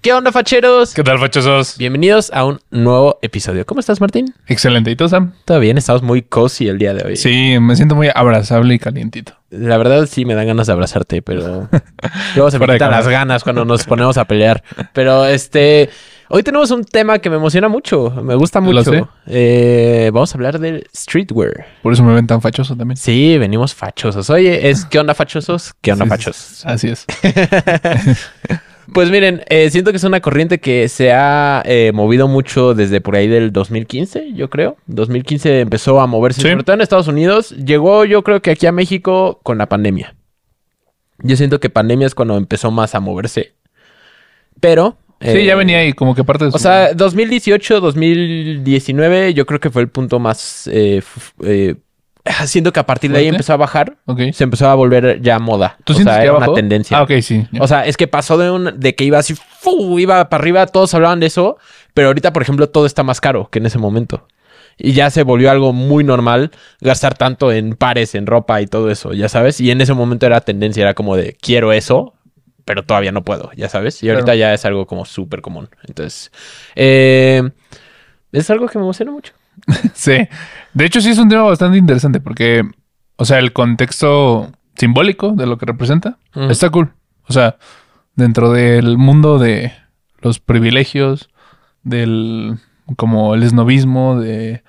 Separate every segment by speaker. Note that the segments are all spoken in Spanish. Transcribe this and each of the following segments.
Speaker 1: ¿Qué onda, facheros?
Speaker 2: ¿Qué tal, fachosos?
Speaker 1: Bienvenidos a un nuevo episodio. ¿Cómo estás, Martín?
Speaker 2: Excelente. ¿Y tú, Sam?
Speaker 1: Todo bien, estamos muy cozy el día de hoy.
Speaker 2: Sí, me siento muy abrazable y calientito.
Speaker 1: La verdad, sí me dan ganas de abrazarte, pero luego se me
Speaker 2: Fuera
Speaker 1: quitan
Speaker 2: de cámara.
Speaker 1: las ganas cuando nos ponemos a pelear. Pero este, hoy tenemos un tema que me emociona mucho, me gusta
Speaker 2: Lo sé.
Speaker 1: mucho. Eh, vamos a hablar del streetwear.
Speaker 2: Por eso me ven tan fachoso también.
Speaker 1: Sí, venimos fachosos. Oye, es ¿qué onda, fachosos? ¿Qué onda,
Speaker 2: Sí, sí,
Speaker 1: fachosos?
Speaker 2: sí. Así es.
Speaker 1: Pues miren, eh, siento que es una corriente que se ha eh, movido mucho desde por ahí del 2015, yo creo. 2015 empezó a moverse,
Speaker 2: Sí.
Speaker 1: sobre todo en Estados Unidos. Llegó yo creo que aquí a México con la pandemia. Yo siento que pandemia es cuando empezó más a moverse. Pero...
Speaker 2: sí,
Speaker 1: eh,
Speaker 2: ya venía ahí como que parte de su...
Speaker 1: O sea, 2018, 2019 yo creo que fue el punto más... eh, f- eh, siento que a partir de ahí
Speaker 2: ¿Fuerte?
Speaker 1: empezó a bajar.
Speaker 2: Ok.
Speaker 1: Se empezó a volver ya moda.
Speaker 2: ¿Tú
Speaker 1: o
Speaker 2: sientes
Speaker 1: sea,
Speaker 2: que
Speaker 1: era
Speaker 2: ya
Speaker 1: una
Speaker 2: bajó?
Speaker 1: tendencia.
Speaker 2: Ah, ok, sí. Ya.
Speaker 1: O sea, es que pasó de un de que iba así, ¡fu! iba para arriba, todos hablaban de eso, pero ahorita, por ejemplo, todo está más caro que en ese momento. Y ya se volvió algo muy normal gastar tanto en pares, en ropa y todo eso, ya sabes. Y en ese momento era tendencia, era como de quiero eso, pero todavía no puedo, ya sabes. Y ahorita
Speaker 2: Claro.
Speaker 1: ya es algo como súper común. Entonces, eh, es algo que me emociona mucho.
Speaker 2: Sí. De hecho, sí es un tema bastante interesante porque, o sea, el contexto simbólico de lo que representa
Speaker 1: Ujú.
Speaker 2: está cool. O sea, dentro del mundo de los privilegios, del como el esnovismo, de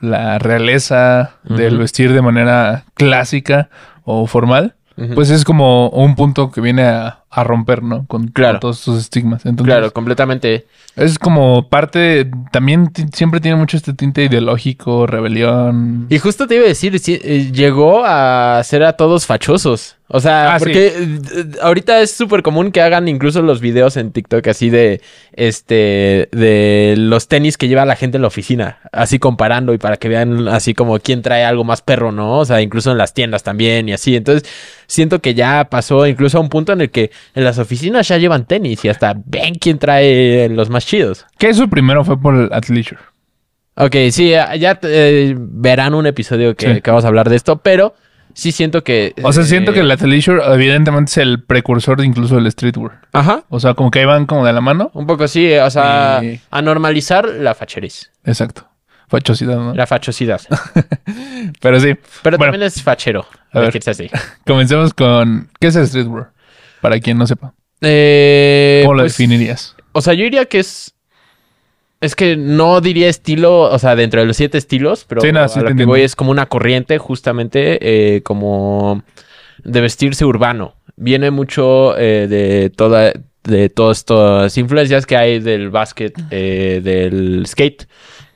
Speaker 2: la realeza, del
Speaker 1: Ujú.
Speaker 2: vestir de manera clásica o formal,
Speaker 1: Ujú.
Speaker 2: pues es como un punto que viene a, a romper, ¿no? Con, con
Speaker 1: Claro.
Speaker 2: todos sus estigmas. Entonces,
Speaker 1: claro, completamente.
Speaker 2: es como parte, también ti- siempre tiene mucho este tinte ideológico, rebelión.
Speaker 1: Y justo te iba a decir, sí, eh, llegó a hacer a todos fachosos. O sea,
Speaker 2: Ah, sí.
Speaker 1: porque eh, eh, ahorita es súper común que hagan incluso los videos en TikTok así de este de los tenis que lleva la gente en la oficina, así comparando y para que vean así como quién trae algo más perro, ¿no? O sea, incluso en las tiendas también y así. Entonces, siento que ya pasó incluso a un punto en el que en las oficinas ya llevan tenis y hasta ven quién trae los más chidos.
Speaker 2: Que eso primero fue por el athleisure.
Speaker 1: Ok, sí, ya ya, eh, verán un episodio que,
Speaker 2: Sí.
Speaker 1: que vamos a hablar de esto, pero sí siento que...
Speaker 2: O sea, siento
Speaker 1: eh,
Speaker 2: que el athleisure evidentemente es el precursor de incluso del streetwear.
Speaker 1: Ajá,
Speaker 2: O sea, como que ahí van como de la mano.
Speaker 1: un poco sí, o sea,
Speaker 2: Y-
Speaker 1: a normalizar la facheriz,
Speaker 2: Exacto. Fachosidad, ¿no?
Speaker 1: la fachosidad.
Speaker 2: Pero sí,
Speaker 1: Pero
Speaker 2: Bueno.
Speaker 1: también es fachero,
Speaker 2: A ver.
Speaker 1: decirse así.
Speaker 2: comencemos con... ¿Qué es el streetwear? Para quien no sepa.
Speaker 1: Eh,
Speaker 2: ¿Cómo lo
Speaker 1: pues,
Speaker 2: definirías?
Speaker 1: O sea, yo diría que es... Es que no diría estilo, o sea, dentro de los siete estilos, pero
Speaker 2: Sí, no,
Speaker 1: a
Speaker 2: sí te
Speaker 1: lo que
Speaker 2: entiendo.
Speaker 1: voy es como una corriente justamente eh, como de vestirse urbano. Viene mucho eh, de toda de todas estas influencias que hay del básquet, eh, del skate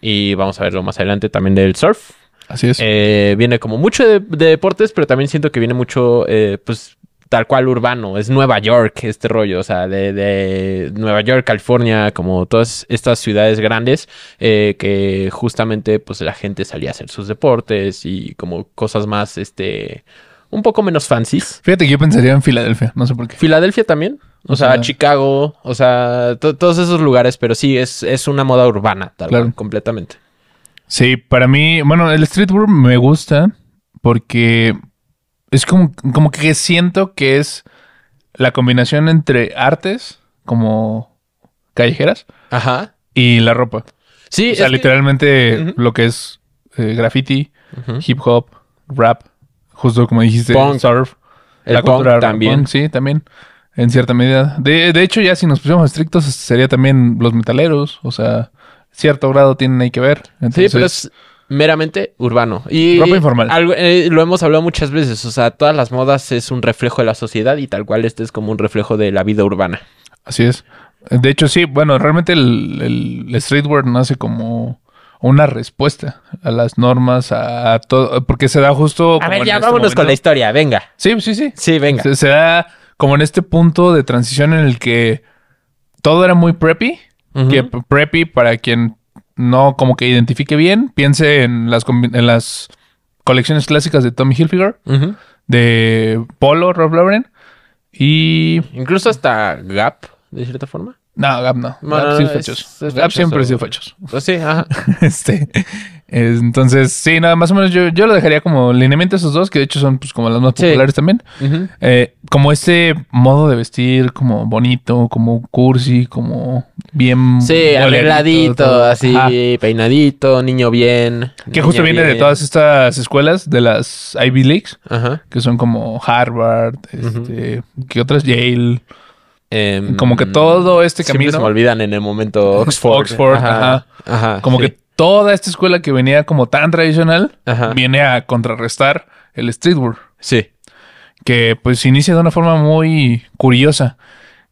Speaker 1: y vamos a verlo más adelante también del surf.
Speaker 2: Así es.
Speaker 1: Eh, viene como mucho de, de deportes, pero también siento que viene mucho, eh, pues, tal cual urbano. Es Nueva York, este rollo, o sea, de, de Nueva York, California, como todas estas ciudades grandes, eh, que justamente, pues, la gente salía a hacer sus deportes y como cosas más, este, un poco menos fancies.
Speaker 2: Fíjate que yo pensaría en Filadelfia. No sé por qué.
Speaker 1: Filadelfia también. O,
Speaker 2: O
Speaker 1: sea,
Speaker 2: sea-
Speaker 1: Chicago, o sea, to- todos esos lugares, pero sí, es, es una moda urbana, tal
Speaker 2: Claro.
Speaker 1: cual, completamente.
Speaker 2: Sí, para mí... Bueno, el streetwear me gusta porque es como, como que siento que es la combinación entre artes como callejeras
Speaker 1: Ajá.
Speaker 2: y la ropa.
Speaker 1: Sí,
Speaker 2: O sea,
Speaker 1: es que-
Speaker 2: literalmente
Speaker 1: Ujú.
Speaker 2: lo que es eh, graffiti,
Speaker 1: Ujú.
Speaker 2: hip hop, rap, justo como dijiste,
Speaker 1: Punk.
Speaker 2: surf.
Speaker 1: El punk también.
Speaker 2: punk, sí, también. En cierta medida. De, de hecho, ya si nos pusiéramos estrictos, sería también los metaleros. O sea, cierto grado tienen ahí que ver.
Speaker 1: Sí,
Speaker 2: Entonces,
Speaker 1: pero es meramente urbano. Y
Speaker 2: Ropa informal.
Speaker 1: algo- eh, lo hemos hablado muchas veces. O sea, todas las modas es un reflejo de la sociedad y tal cual este es como un reflejo de la vida urbana.
Speaker 2: Así es. De hecho, sí, bueno, realmente el, el streetwear nace como una respuesta a las normas, a, todo, porque se da justo...
Speaker 1: A
Speaker 2: como
Speaker 1: ver,
Speaker 2: en
Speaker 1: ya
Speaker 2: este
Speaker 1: vámonos con la
Speaker 2: momento.
Speaker 1: historia. Venga.
Speaker 2: Sí, sí, sí.
Speaker 1: Sí, venga.
Speaker 2: Se, se da como en este punto de transición en el que todo era muy preppy.
Speaker 1: Ujú.
Speaker 2: Que p- preppy, para quien no como que identifique bien, piense en las, combi- en las colecciones clásicas de Tommy Hilfiger,
Speaker 1: Ujú.
Speaker 2: de Polo, Ralph Lauren y...
Speaker 1: Incluso hasta Gap de cierta forma.
Speaker 2: No, Gap no.
Speaker 1: No,
Speaker 2: Gap
Speaker 1: no,
Speaker 2: sí
Speaker 1: no,
Speaker 2: es
Speaker 1: es-
Speaker 2: fachoso.
Speaker 1: es
Speaker 2: Gap siempre ha
Speaker 1: fachoso.
Speaker 2: sido fachoso.
Speaker 1: Pues sí, ajá.
Speaker 2: Este, es- entonces, sí, nada, más o menos yo, yo lo dejaría como lineamiento esos dos, que de hecho son pues como los más
Speaker 1: Sí.
Speaker 2: populares también.
Speaker 1: Ujú.
Speaker 2: Eh, como ese modo de vestir, como bonito, como cursi, como bien...
Speaker 1: Sí,
Speaker 2: boleadito,
Speaker 1: arregladito,
Speaker 2: todo.
Speaker 1: así,
Speaker 2: Ajá.
Speaker 1: peinadito, niño bien.
Speaker 2: Que
Speaker 1: niña
Speaker 2: justo viene de
Speaker 1: bien.
Speaker 2: todas estas escuelas, de las Ivy Leagues,
Speaker 1: Ajá.
Speaker 2: que son como Harvard, este, ¿qué otras? Yale.
Speaker 1: Em,
Speaker 2: Como que todo este
Speaker 1: siempre
Speaker 2: camino...
Speaker 1: se me olvidan en el momento Oxford.
Speaker 2: Oxford, ajá.
Speaker 1: Ajá,
Speaker 2: Como
Speaker 1: sí.
Speaker 2: que toda esta escuela que venía como tan tradicional
Speaker 1: Ajá.
Speaker 2: viene a contrarrestar el streetwear,
Speaker 1: Sí.
Speaker 2: que pues inicia de una forma muy curiosa,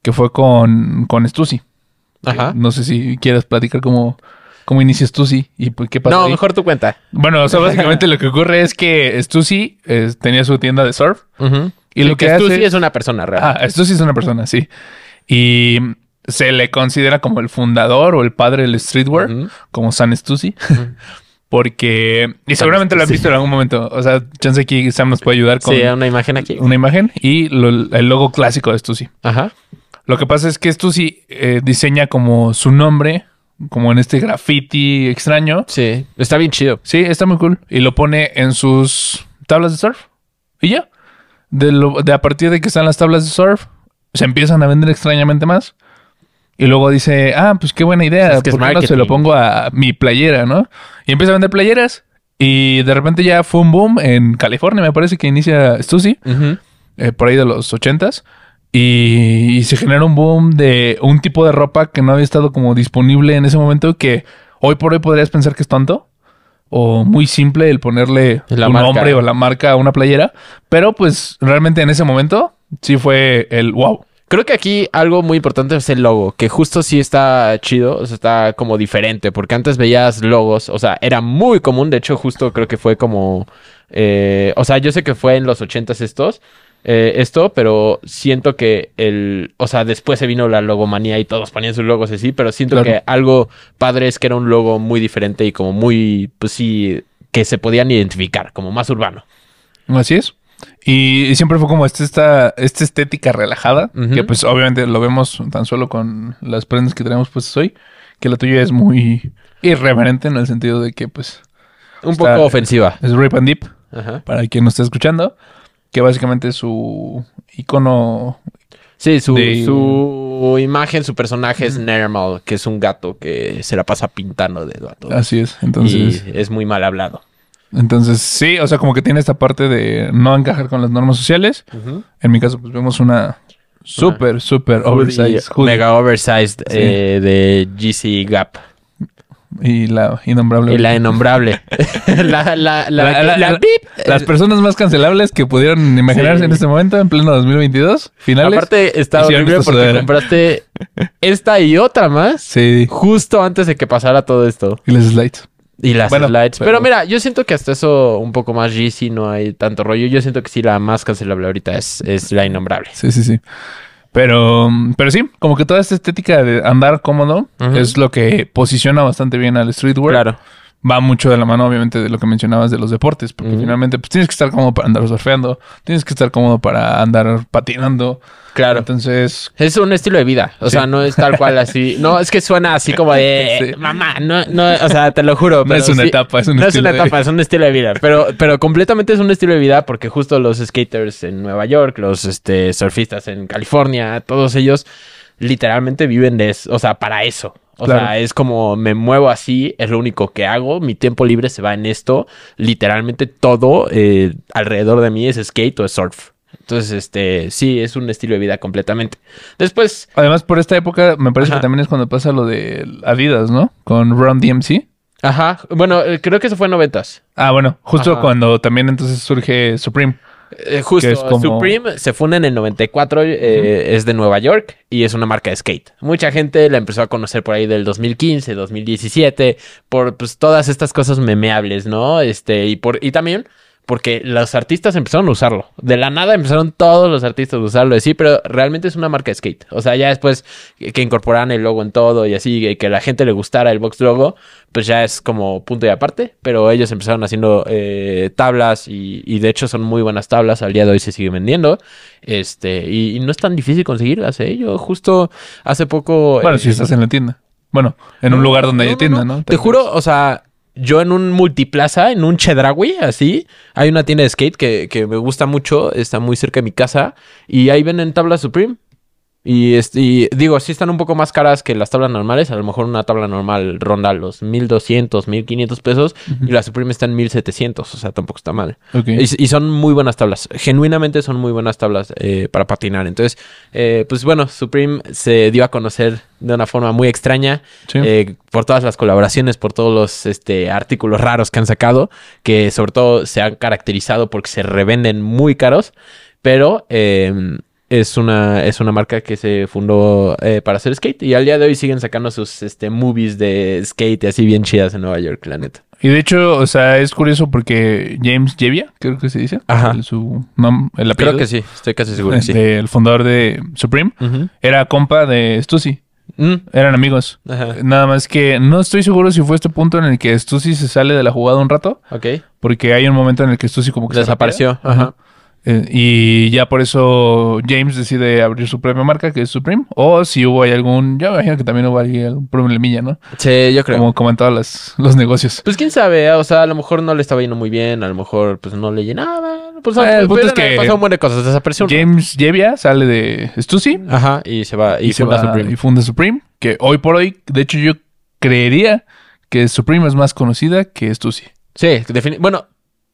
Speaker 2: que fue con, con Stussy. Que
Speaker 1: Ajá.
Speaker 2: No sé si quieras platicar cómo, cómo inicia Stussy y pues, qué pasó.
Speaker 1: No,
Speaker 2: ahí.
Speaker 1: mejor tu cuenta.
Speaker 2: Bueno, o sea, básicamente lo que ocurre es que Stussy eh, tenía su tienda de surf
Speaker 1: Ujú.
Speaker 2: y
Speaker 1: Sí,
Speaker 2: lo que,
Speaker 1: que tú
Speaker 2: hace-
Speaker 1: sí es una persona real.
Speaker 2: Ah, esto sí es una persona, sí. Y se le considera como el fundador o el padre del streetwear,
Speaker 1: Ujú.
Speaker 2: como San Stussy.
Speaker 1: Ujú.
Speaker 2: Porque. Y seguramente lo han
Speaker 1: Stussy.
Speaker 2: visto en algún momento. O sea, chance aquí Sam nos puede ayudar con
Speaker 1: Sí, una imagen aquí.
Speaker 2: una imagen y lo- el logo clásico de Stussy.
Speaker 1: Ajá.
Speaker 2: Lo que pasa es que Stussy eh, diseña como su nombre, como en este graffiti extraño.
Speaker 1: Sí. Está bien chido.
Speaker 2: Sí, está muy cool. Y lo pone en sus tablas de surf. Y ya. De, lo- de a partir de que están las tablas de surf, se empiezan a vender extrañamente más. Y luego dice, ah, pues qué buena idea.
Speaker 1: Es que es
Speaker 2: ¿Por qué no se
Speaker 1: marketing.
Speaker 2: lo pongo a mi playera, no? Y empieza a vender playeras. Y de repente ya fue un boom en California, me parece que inicia Stussy,
Speaker 1: Ujú.
Speaker 2: eh, por ahí de los ochentas. Y, y se genera un boom de un tipo de ropa que no había estado como disponible en ese momento que hoy por hoy podrías pensar que es tonto o muy simple el ponerle
Speaker 1: La
Speaker 2: un
Speaker 1: marca.
Speaker 2: nombre o la marca a una playera, pero pues realmente en ese momento sí fue el wow.
Speaker 1: Creo que aquí algo muy importante es el logo, que justo sí está chido, o sea, está como diferente, porque antes veías logos, o sea, era muy común, de hecho justo creo que fue como, eh, o sea, yo sé que fue en los ochentas estos, eh, esto, pero siento que el, o sea, después se vino la logomanía y todos ponían sus logos así, pero siento
Speaker 2: Claro.
Speaker 1: que algo padre es que era un logo muy diferente y como muy, pues sí, que se podían identificar, como más urbano.
Speaker 2: Así es. Y, y siempre fue como este, esta, esta estética relajada,
Speaker 1: Ujú.
Speaker 2: que pues obviamente lo vemos tan solo con las prendas que tenemos pues hoy, que la tuya es muy irreverente en el sentido de que pues
Speaker 1: Un
Speaker 2: Está-
Speaker 1: poco ofensiva.
Speaker 2: es Rip and Deep.
Speaker 1: Ajá.
Speaker 2: para quien nos está escuchando, que básicamente es su icono.
Speaker 1: Sí, su,
Speaker 2: de-
Speaker 1: su imagen, su personaje es Nermal, que es un gato que se la pasa pintando de gato.
Speaker 2: Así es. Ah, Entonces,
Speaker 1: Y es muy mal hablado.
Speaker 2: entonces sí, o sea, como que tiene esta parte de no encajar con las normas sociales. En mi caso, pues vemos una súper, súper oversized
Speaker 1: Hoodie,
Speaker 2: hoodie
Speaker 1: Mega oversized
Speaker 2: Sí.
Speaker 1: eh, de GC Gap.
Speaker 2: y la innombrable.
Speaker 1: Y la innombrable. la, la, la,
Speaker 2: La-
Speaker 1: que-
Speaker 2: la-
Speaker 1: la-
Speaker 2: la-
Speaker 1: ¡bip!
Speaker 2: las personas más cancelables que pudieron imaginarse
Speaker 1: Sí.
Speaker 2: en este momento, en pleno 2022, finales.
Speaker 1: Aparte, está
Speaker 2: hicieron
Speaker 1: horrible
Speaker 2: esta
Speaker 1: porque
Speaker 2: sudadera.
Speaker 1: compraste esta y otra más
Speaker 2: sí,
Speaker 1: justo antes de que pasara todo esto.
Speaker 2: y las slides.
Speaker 1: Y las
Speaker 2: Bueno,
Speaker 1: slides. Pero,
Speaker 2: pero-
Speaker 1: mira, yo siento que hasta eso un poco más GC no hay tanto rollo. Yo siento que sí, la más cancelable ahorita es, es la innombrable.
Speaker 2: Sí, sí, sí. Pero, mm, pero sí, como que toda esta estética de andar cómodo
Speaker 1: Ujú.
Speaker 2: es lo que posiciona bastante bien al streetwear.
Speaker 1: Claro.
Speaker 2: va mucho de la mano, obviamente, de lo que mencionabas de los deportes, porque
Speaker 1: Ujú.
Speaker 2: finalmente pues, tienes que estar cómodo para andar surfeando, tienes que estar cómodo para andar patinando.
Speaker 1: Claro.
Speaker 2: Entonces,
Speaker 1: es un estilo de vida. O
Speaker 2: Sí.
Speaker 1: sea, no es tal cual así. No, es que suena así como de "Eh,
Speaker 2: Sí.
Speaker 1: mamá. No, no, o sea, te lo juro.
Speaker 2: no
Speaker 1: pero
Speaker 2: es una
Speaker 1: sí-
Speaker 2: etapa, es un
Speaker 1: No es
Speaker 2: estilo
Speaker 1: una
Speaker 2: de
Speaker 1: etapa,
Speaker 2: vida.
Speaker 1: es un estilo de vida. Pero, pero completamente es un estilo de vida porque justo los skaters en Nueva York, los este, surfistas en California, todos ellos literalmente viven de eso. O sea, para eso. O
Speaker 2: Claro.
Speaker 1: sea, es como me muevo así, es lo único que hago, mi tiempo libre se va en esto. Literalmente todo eh, alrededor de mí es skate o es surf. Entonces, este, sí, es un estilo de vida completamente. Después,
Speaker 2: Además, por esta época, me parece
Speaker 1: Ajá.
Speaker 2: que también es cuando pasa lo de Adidas, ¿no? Con Run DMC.
Speaker 1: ajá, bueno, eh, creo que eso fue en noventas.
Speaker 2: Ah, bueno, justo
Speaker 1: Ajá.
Speaker 2: cuando también entonces surge Supreme.
Speaker 1: Eh, justo,
Speaker 2: Que es como-
Speaker 1: Supreme se funda en el 94, eh, es de Nueva York y es una marca de skate. Mucha gente la empezó a conocer por ahí del 2015, 2017, por pues, todas estas cosas memeables, ¿no? Este, y, por, y también porque los artistas empezaron a usarlo. De la nada empezaron todos los artistas a usarlo. Sí, pero realmente es una marca de skate. O sea, ya después que, que incorporaran el logo en todo y así, que, que la gente le gustara el box logo, pues ya es como punto y aparte. Pero ellos empezaron haciendo eh, tablas y, y de hecho son muy buenas tablas. Al día de hoy se sigue vendiendo. Este, y, y no es tan difícil conseguirlas, ¿eh? Yo justo hace poco...
Speaker 2: Bueno,
Speaker 1: eh,
Speaker 2: si estás en la tienda. Bueno, en un lugar donde hay tienda, ¿no?
Speaker 1: te juro, o sea, yo en un multiplaza, en un Chedraui, así, hay una tienda de skate que, que me gusta mucho, está muy cerca de mi casa, y ahí venden tablas Supreme. Y, es- y digo, sí están un poco más caras que las tablas normales, a lo mejor una tabla normal ronda los 1200, 1500 pesos, y la Supreme está en 1700, o sea, tampoco está mal.
Speaker 2: Ok.
Speaker 1: Y, y son muy buenas tablas. Genuinamente son muy buenas tablas eh, para patinar. Entonces, eh, pues bueno, Supreme se dio a conocer de una forma muy extraña.
Speaker 2: Sí.
Speaker 1: eh, por todas las colaboraciones, por todos los este, artículos raros que han sacado. Que sobre todo se han caracterizado porque se revenden muy caros. Pero eh, es, una, es una marca que se fundó eh, para hacer skate. Y al día de hoy siguen sacando sus este, movies de skate y así bien chidas en Nueva York, la neta.
Speaker 2: Y de hecho, o sea, es curioso porque James Jevia, creo que se dice.
Speaker 1: Ajá.
Speaker 2: el- su nom- el apellido.
Speaker 1: Creo que sí, estoy casi seguro que sí.
Speaker 2: este, El fundador de Supreme.
Speaker 1: Ujú.
Speaker 2: Era compa de Stussy.
Speaker 1: Mm,
Speaker 2: Eran amigos.
Speaker 1: Ajá.
Speaker 2: Nada más que no estoy seguro si fue este punto en el que Stussy se sale de la jugada un rato.
Speaker 1: Ok.
Speaker 2: Porque hay un momento en el que Stussy como que se
Speaker 1: Desapareció.
Speaker 2: retira.
Speaker 1: Ajá.
Speaker 2: Eh, y ya por eso James decide abrir su propia marca, que es Supreme. O si hubo ahí algún... Yo me imagino que también hubo ahí algún problemilla, ¿no?
Speaker 1: Sí, yo creo.
Speaker 2: Como, como en todos los, los negocios.
Speaker 1: Pues quién sabe, o sea, a lo mejor no le estaba yendo muy bien, a lo mejor pues no le llenaba. Pues,
Speaker 2: Ah, el
Speaker 1: pues,
Speaker 2: punto
Speaker 1: pueden
Speaker 2: es
Speaker 1: haber
Speaker 2: que-
Speaker 1: pasado un buen de cosas, desapareció. un-
Speaker 2: James Jevia sale de Stussy.
Speaker 1: Ajá, y se va, y,
Speaker 2: se
Speaker 1: funda
Speaker 2: va-
Speaker 1: Supreme.
Speaker 2: Y funda Supreme. Que hoy por hoy, de hecho, yo creería que Supreme es más conocida que Stussy.
Speaker 1: Sí, defini- bueno,